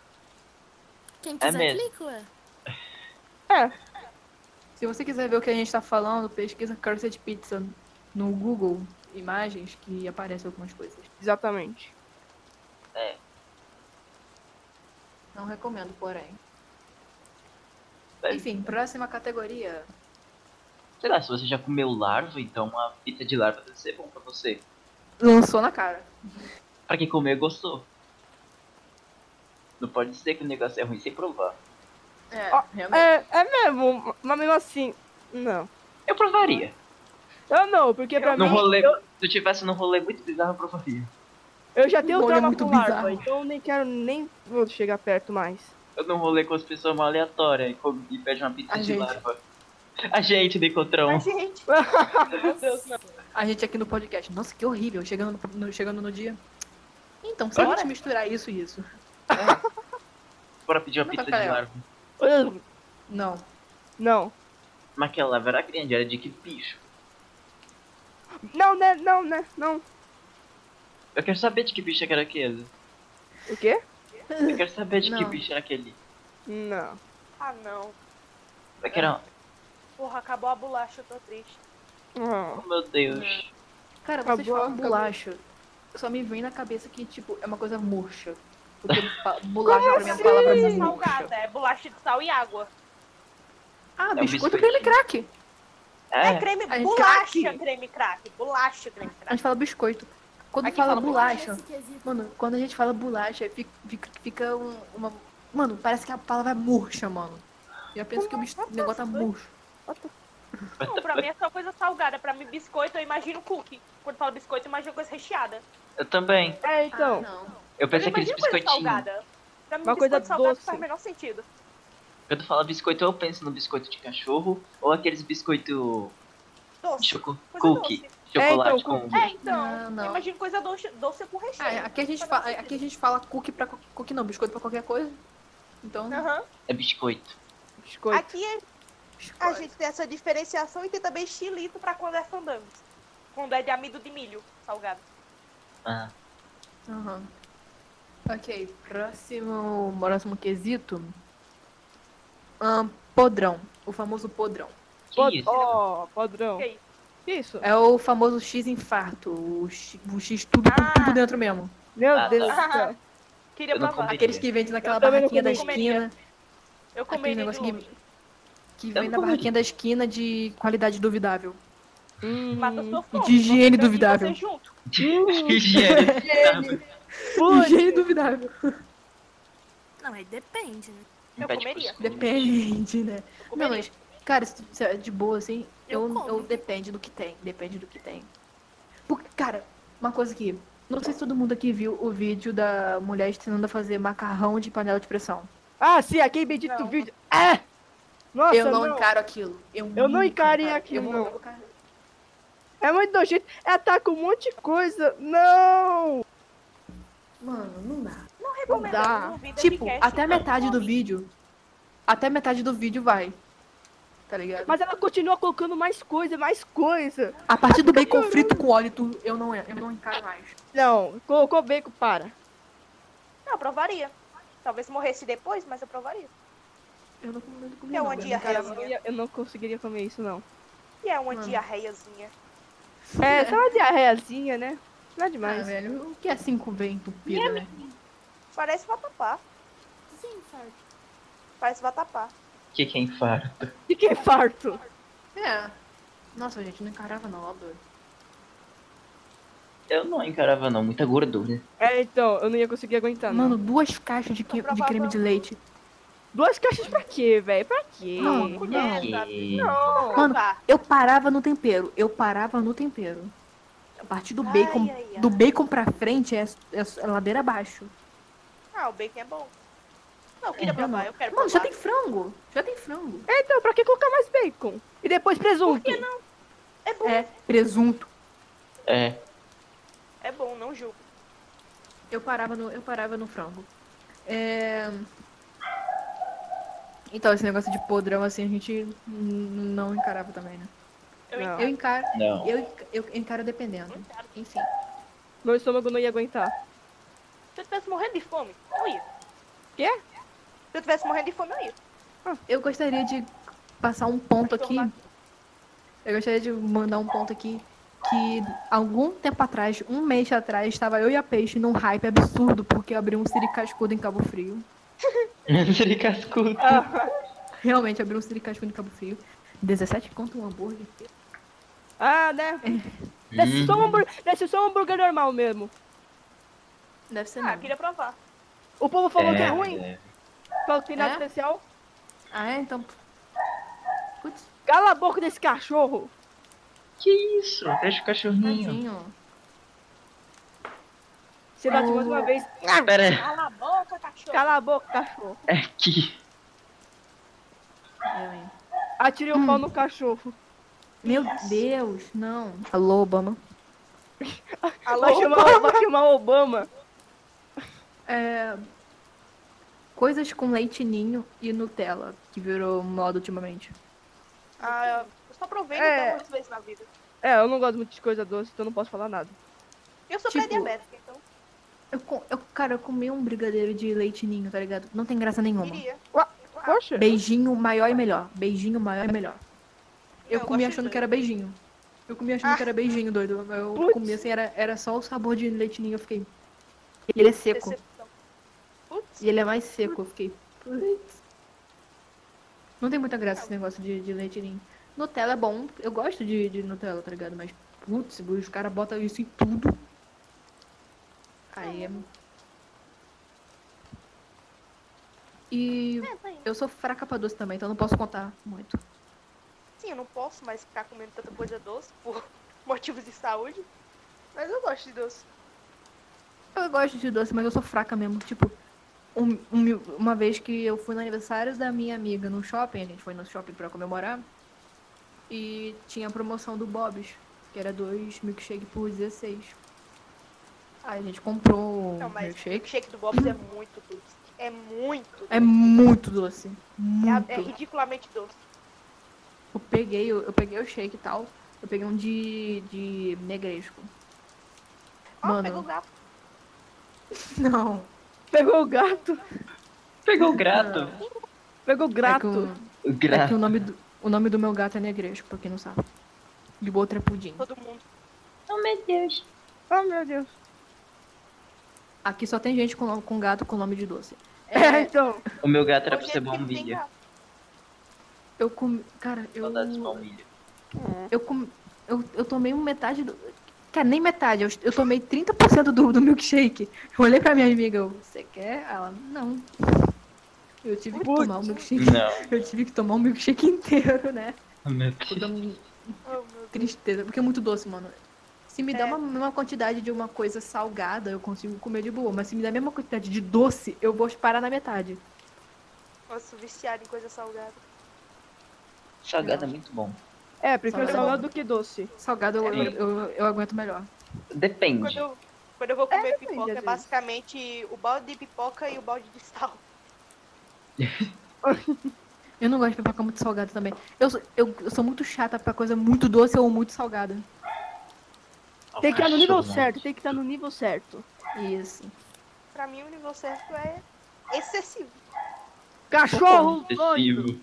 Quem É quiser mesmo. clica, ué. Se você quiser ver o que a gente tá falando, pesquisa Cursed Pizza no Google Imagens que aparecem algumas coisas. Exatamente. Não recomendo, porém. Vai. Enfim, próxima categoria. Sei lá, se você já comeu larva, então uma pizza de larva deve ser bom pra você. Lançou na cara. Pra quem comer, gostou. Não pode dizer que o negócio é ruim sem provar. É, Ó, realmente. É, é mesmo, mas mesmo assim, não. Eu provaria. Eu não, porque pra Num mim, rolê, eu, se eu tivesse num rolê muito bizarro, eu provaria. eu já tenho Olha, trauma muito com larva, bizarro. então eu nem quero nem vou chegar perto mais. Eu num rolê com as pessoas mal aleatórias e, come- e pede uma pizza A de gente. larva. A gente do encontrão. Mas, gente, meu Deus, não. A gente aqui no podcast. Nossa, que horrível. Chegando no, no- chegando no dia. Então, se a gente misturar isso e isso. Bora pedir uma Não, pizza de Rafael. larva. Uh, Não. Não. Mas aquela larva era grande, era de que bicho? Não, né, não, né, não. Eu quero saber de que bicho era aquele. O quê? Eu quero saber de que Não. bicho era aquele. Não. Ah, não. Será que era... Porra, acabou a bolacha, eu tô triste. Ah. Oh, meu Deus. Cara, Acabou, vocês falam acabou. bolacha. Só me vem na cabeça que, tipo, é uma coisa murcha. Porque pa- bolacha pra mim é uma palavra Bolacha murcha. salgada, é bolacha de sal e água. Ah, um biscoito biscoitinho. creme crack. É, É, creme, É tá bolacha, craque. creme craque, bolacha, creme A gente craque. fala biscoito. Quando Aqui fala fala bolacha. Nesse quesito. Mano, quando a gente fala bolacha, fica, fica, fica um- uma. Mano, parece que a palavra é murcha, mano. Já penso que o bicho- o negócio tá murcho. Não, pra mim é só coisa salgada. Pra mim, biscoito, eu imagino cookie. Quando falo biscoito, eu imagino coisa recheada. eu também. É, então. Ah, não. Eu Eu não pensei aqueles imagino coisa biscoitinhos. salgada. Pra mim, Uma biscoito coisa salgado doce. faz o menor sentido. Quando fala biscoito, eu penso no biscoito de cachorro ou aqueles biscoito Doce. choco Coisa cookie, doce. chocolate É, então, com É, então. Não, eu não. imagino coisa doce, doce com recheio. Ah, aqui a gente Faz fala, sentido. aqui a gente fala cookie pra co- cookie não, biscoito pra qualquer coisa. Então, Aham. é biscoito. Biscoito. Aqui biscoito. a gente tem essa diferenciação e tem também xilito pra quando é fandango. Quando é de amido de milho salgado. Ah, Aham. OK, próximo, próximo quesito. Ahn, podrão, o famoso podrão. que Pod- isso? Ó, podrão. Que isso? Que isso? É o famoso X infarto, o X, o X tudo, tudo, Ah. tudo dentro mesmo. Meu Ah, Deus do tá. céu. Queria Eu não provar. comi. Aqueles que vendem naquela Eu também não barraquinha da comeria. esquina. Eu Aquele comeria de negócio longe. que, que Eu vem não na comi. barraquinha da esquina de qualidade duvidável. Hum. Mata Hum, sua fome. de higiene Você- e duvidável. você junto. Higiene. Higiene duvidável. Não, aí depende, né? Eu Pede comeria. cuscuz. Depende, né? Eu Não, comeria. mas, cara, se se é de boa, assim, Eu eu, como. eu depende do que tem. Depende do que tem. Porque, cara, uma coisa que. Não sei se todo mundo aqui viu o vídeo da mulher ensinando a fazer macarrão de panela de pressão. Ah, sim, aquele bendito Não. vídeo. É! Nossa, eu não, não. encaro aquilo. Eu, não nunca encarei encaro. aquilo, Eu não. encaro. É muito nojento. Ataca um monte de coisa. Não! Mano, não dá. recomendo, eu dá. duvido de Tipo, cast, até a não metade do come. vídeo. Até a metade do vídeo vai. Tá ligado? Mas ela continua colocando mais coisa, mais coisa. a partir do bacon frito com óleo, e tudo, eu não, eu não encaro mais. Não, colocou bacon, para. Não, eu provaria. Talvez morresse depois, mas eu provaria. Eu não comi comigo. É uma não. Cara, eu, diarreiazinha. ia- eu não conseguiria comer isso, não. E é uma Mano. diarreiazinha. É, só uma diarreiazinha, né? Não é Ah, demais. velho, o que é cinco bem entupido, né? Parece vatapá. Sim, é infarto. Parece vatapá. Que que é infarto? E que farto? É. Nossa, gente, não encarava não, óbvio. Eu não encarava não, muita gordura. É, então, eu não ia conseguir aguentar, não. Mano, duas caixas de, que- de creme de leite. Duas caixas pra quê, velho? Pra quê? Não, Uma colher, sabe? E- Não, Mano, vá. Eu parava no tempero, eu parava no tempero. A partir do Ai, bacon, ai, ai. do bacon pra frente é, é- é ladeira abaixo. Ah, o bacon é bom. Não, eu queria É, provar, mano. eu quero Mano, já provar. tem frango, já tem frango. Então, pra que colocar mais bacon? E depois presunto? É bom, É, presunto. É, é bom, não julgo. Eu parava no, eu parava no frango. É, Então, esse negócio de podrão, assim, a gente n- não encarava também, né? Não, Eu encaro, Não. eu, eu encaro dependendo. Enfim. meu estômago não ia aguentar. Se eu tivesse morrendo de fome, eu ia. Quê? Se eu tivesse morrendo de fome, eu ia. Eu gostaria de passar um ponto aqui. Eu gostaria de mandar um ponto aqui que algum tempo atrás, um mês atrás, estava eu e a Peixe num hype absurdo porque abriu um siri cascudo em Cabo Frio. Seria cascudo. Realmente abriu um siri cascudo em Cabo Frio. 17 conto um hambúrguer. Ah, né? Hum. É Desce só um hambúrguer, desce só um hambúrguer normal mesmo. Deve ser Ah, eu não. queria provar. O povo falou que é É, ruim, é. falou que tem nada É? especial. Ah, é? Então. Putz, Cala a boca desse cachorro. Que isso? Deixa o cachorrinho. tadinho. Você bate mais uma vez. Pera, Cala a boca, cachorro. Cala a boca, cachorro. é aqui. Eu, hein? Atirei o pau no cachorro. Meu Deus, não. Alô, Obama. Vai chamar, vai chamar o Obama. Coisas com leite ninho e Nutella, que virou moda ultimamente. Ah, eu só provei É. é... algumas vezes na vida. É, eu não gosto muito de coisa doce, então não posso falar nada. Eu sou Tipo- pré-diabética, então Eu, co- eu, cara, eu comi um brigadeiro de leite ninho, tá ligado? Não tem graça nenhuma. queria. Poxa. Beijinho maior e melhor. Beijinho maior e melhor. Eu Não, comi gosto de achando dois. Ah. que era beijinho. Eu comi achando que era beijinho, doido. Eu Putz. comi assim, era, era só o sabor de leite ninho, eu fiquei. Ele é seco. Decepção. Putz, E ele é mais seco, eu fiquei. "Putz." Não tem muita graça esse negócio de, de leite ninho. Nutella é bom, eu gosto de, de Nutella, tá ligado? Mas, putz, os caras botam isso em tudo. Aí é. E é, tá aí. eu sou fraca pra doce também, então não posso contar muito. Sim, eu não posso mais ficar comendo tanta coisa doce por motivos de saúde. Mas eu gosto de doce. Eu gosto de doce, mas eu sou fraca mesmo. Tipo, um- um- uma vez que eu fui no aniversário da minha amiga no shopping, a gente foi no shopping pra comemorar, e tinha a promoção do Bob's, que era dois milkshake por 16. Aí a gente comprou Não, um mas milkshake. shake do Bob's é muito doce. É muito doce. É muito doce. Muito. É, é ridiculamente doce. Eu peguei, eu, eu peguei o shake e tal. Eu peguei um de, de negresco. Ó, Mano. pega o gato. Não. Pegou o gato. Pegou o grato. Ah. Pegou o É que grato. o- O É que grato. o nome do, o nome do meu gato é Negresco, pra quem não sabe. De outro é pudim. Todo mundo. Ah, meu Deus. Aqui só tem gente com, nome- com gato com nome de doce. É, então. O meu gato era O pra jeito ser que ele é tem bombilha. gato. Eu comi. Cara, eu. Saudades de bombilha. Eu, comi- eu, eu tomei um metade do. Cara, nem metade. Eu, eu tomei 30% do, do milkshake. Eu olhei pra minha amiga, eu, você quer? Ela, não. Eu tive que Putz. tomar o milkshake. Não, Eu tive que tomar o milkshake inteiro, né? meu Por dar Deus. um- Oh, meu Deus. tristeza, porque é muito doce, mano. Se me dá É. uma, uma quantidade de uma coisa salgada, eu consigo comer de boa. Mas se me dá a mesma quantidade de doce, eu vou parar na metade. Nossa, viciado em coisa salgada. Salgado é muito bom. É, prefiro Salgado. salgado do que doce. Salgado eu, É eu, eu, eu aguento melhor. Depende. Quando eu, quando eu vou comer depende, às pipoca, é vezes. basicamente o balde de pipoca e o balde de sal. Eu não gosto de pipoca muito salgada também. Eu, sou- eu, eu sou muito chata pra coisa muito doce ou muito salgada. Tem que estar no nível Nossa, certo, tem que estar no nível certo. Isso. Pra mim, o nível certo é excessivo. Cachorro doido. Excessivo.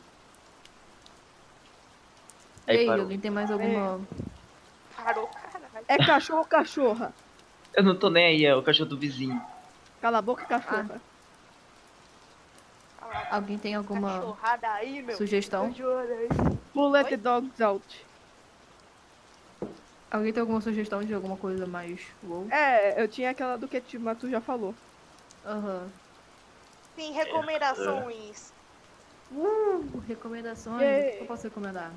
E aí, Aí parou. alguém tem mais alguma. Parou, caralho. É cachorro ou cachorra? Eu não tô nem aí, é o cachorro do vizinho. Cala a boca, cachorra. Caralho. Alguém tem alguma "Ah, Cachorrada aí, É. meu. sugestão? Tô de olho aí. Bullet Oi? dogs out. Alguém tem alguma sugestão de alguma coisa mais wow? É, eu tinha aquela do ketchup, mas tu já falou. Aham. Tem recomendações. Uh, Recomendações? Yay. O que eu posso recomendar?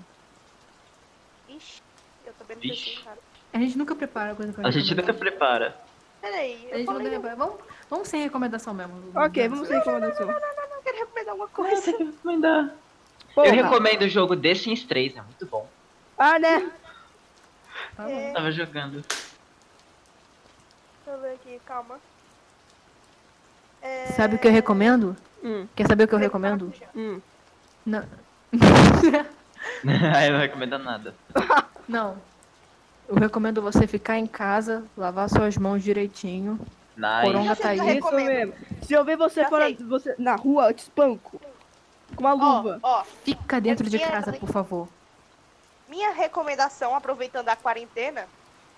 Ixi, eu também não Ixi. pensei em nada. A gente nunca prepara coisa pra A gente nunca recomendar. prepara. Peraí, A eu gente não falei, tem- Vamos, vamos sem recomendação mesmo. Ok, vamos ver como eu quero recomendar alguma coisa. Recomendar. Eu recomendo o jogo The Sims 3, é muito bom. Ah, né? Tá bom. Tava jogando. É, Deixa eu ver aqui, calma. É, Sabe o que eu recomendo? Hum, Quer saber o que eu creme de recomendo? maracujá. hum. Não. Aí não recomenda nada. Não. Eu recomendo você ficar em casa, lavar suas mãos direitinho. Nice. Coronga tá Eu aí. recomendo. Isso mesmo. Se eu ver você Já fora sei. você, na rua, eu te espanco. Com uma Ó, luva. ó, Fica dentro de Minha casa, mãe- por favor. minha recomendação, aproveitando a quarentena,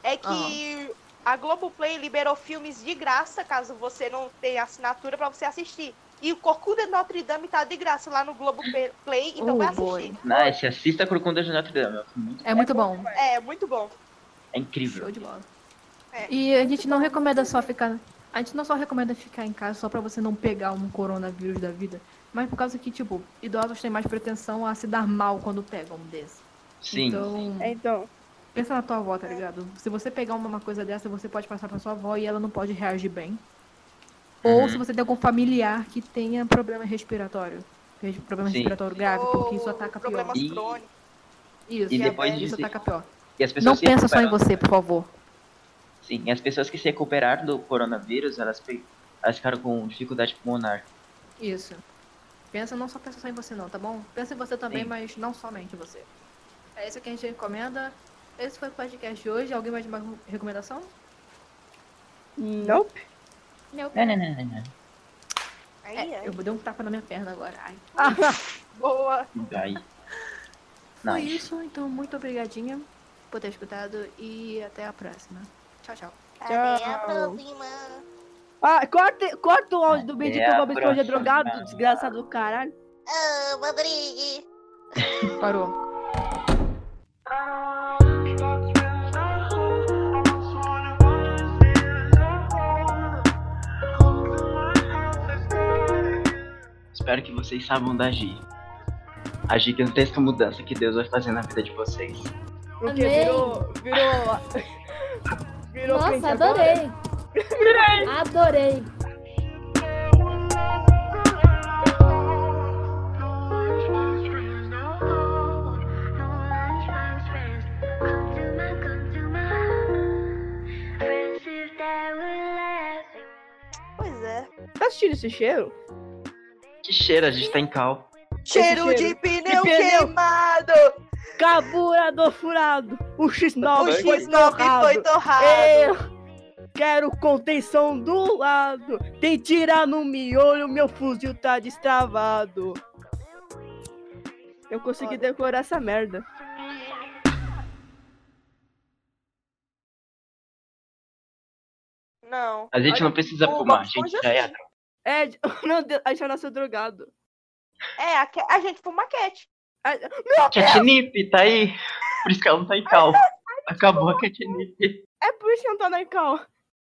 é que a Globoplay liberou filmes de graça, caso você não tenha assinatura, pra você assistir. E o Corcunda de Notre Dame tá de graça lá no Globoplay, então Oh, vai boy. assistir. Nice, assista a Corcunda de Notre Dame. é um filme muito- É muito bom. É, muito bom. É Show incrível. de bola. É. E a gente não recomenda só ficar. A gente não só recomenda ficar em casa só pra você não pegar um coronavírus da vida, mas por causa que, tipo, idosos têm mais pretensão a se dar mal quando pegam um desse. Sim. Então, É, então. pensa na tua avó, tá ligado? Se você pegar uma uma coisa dessa, você pode passar pra sua avó e ela não pode reagir bem. Ou Uhum. se você tem algum familiar que tenha problema respiratório. res- Problema Sim. respiratório grave, porque isso Ou ataca pior. problemas E- crônicos. Isso, é, e depois isso disso- ataca pior. E as pessoas Não se pensa só em recuperam. você, por favor. Sim, e as pessoas que se recuperaram do coronavírus, elas, pe- elas ficaram com dificuldade pulmonar. Isso. Pensa, não só pensa só em você não, tá bom? Pensa em você também, Sim. mas não somente você. É isso que a gente recomenda. Esse foi o podcast de hoje. Alguém mais de uma recomendação? Não. É. Meu Não, não, não, não, não. Aí, é. Eu vou dar um tapa na minha perna agora. Ai. Boa. Daí. Foi Nice. isso, então muito obrigadinha por ter escutado e até a próxima. Tchau, tchau. É. Até a próxima. Ah, corta, corta o áudio do Bendito É a Bob Esponja próxima. drogado, desgraçado do caralho. Parou. Espero que vocês saibam da Gi. A gigantesca mudança que Deus vai fazer na vida de vocês. Porque Amei. virou. Virou. virou crente Nossa, agora. adorei. Adorei. Pois é. Tá assistindo esse cheiro? Que cheiro, a gente tá em cal. Cheiro, cheiro. de pneu, De pneu. queimado. Carburador furado. O X9 O foi X9 foi torrado. torrado. É. Eu quero contenção do lado. Tem tirar no miolho, meu fuzil tá destravado. Eu consegui decorar essa merda. Não. A gente Olha, não precisa o fumar, a Bob gente Esponja já é sim. droga. É, meu Deus, a gente já nasceu drogado. É, É, a, Ke- a gente fuma cat. Catnip, tá aí. Por isso que ela não tá em cal. Acabou a Catnip. É por isso que não tá na cal.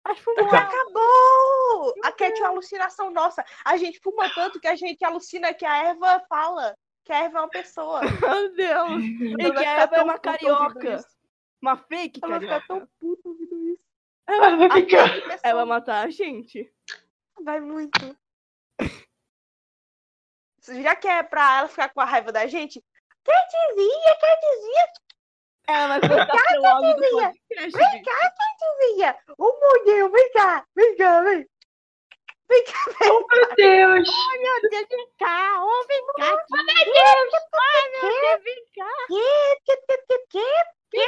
Acho que foi Acabou. Acabou! A cat é uma alucinação nossa. A gente fuma tanto que a gente alucina que a erva fala. Que a erva é uma pessoa. Meu Deus. E Ela que vai a ficar Eva é tão uma puta ouvindo carioca. isso. Uma fake Ela vai carioca. ficar tão puta ouvindo isso. Ela vai A ficar. Cat é pessoa. Ela vai matar a gente. vai muito. Já que é pra ela ficar com a raiva da gente, Catzinha, Catzinha, Ela vai cortar seu áudio do Tatiana. podcast. Vem gente. Catzinha! Ô, modelo, vem cá, vem cá, vem. Vem cá, vem. Meu Deus. Vem cá, ô, vem cá. é é Que, que, que, que?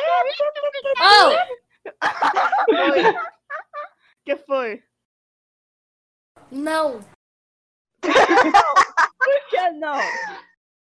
Oh, que foi? não. Por que não?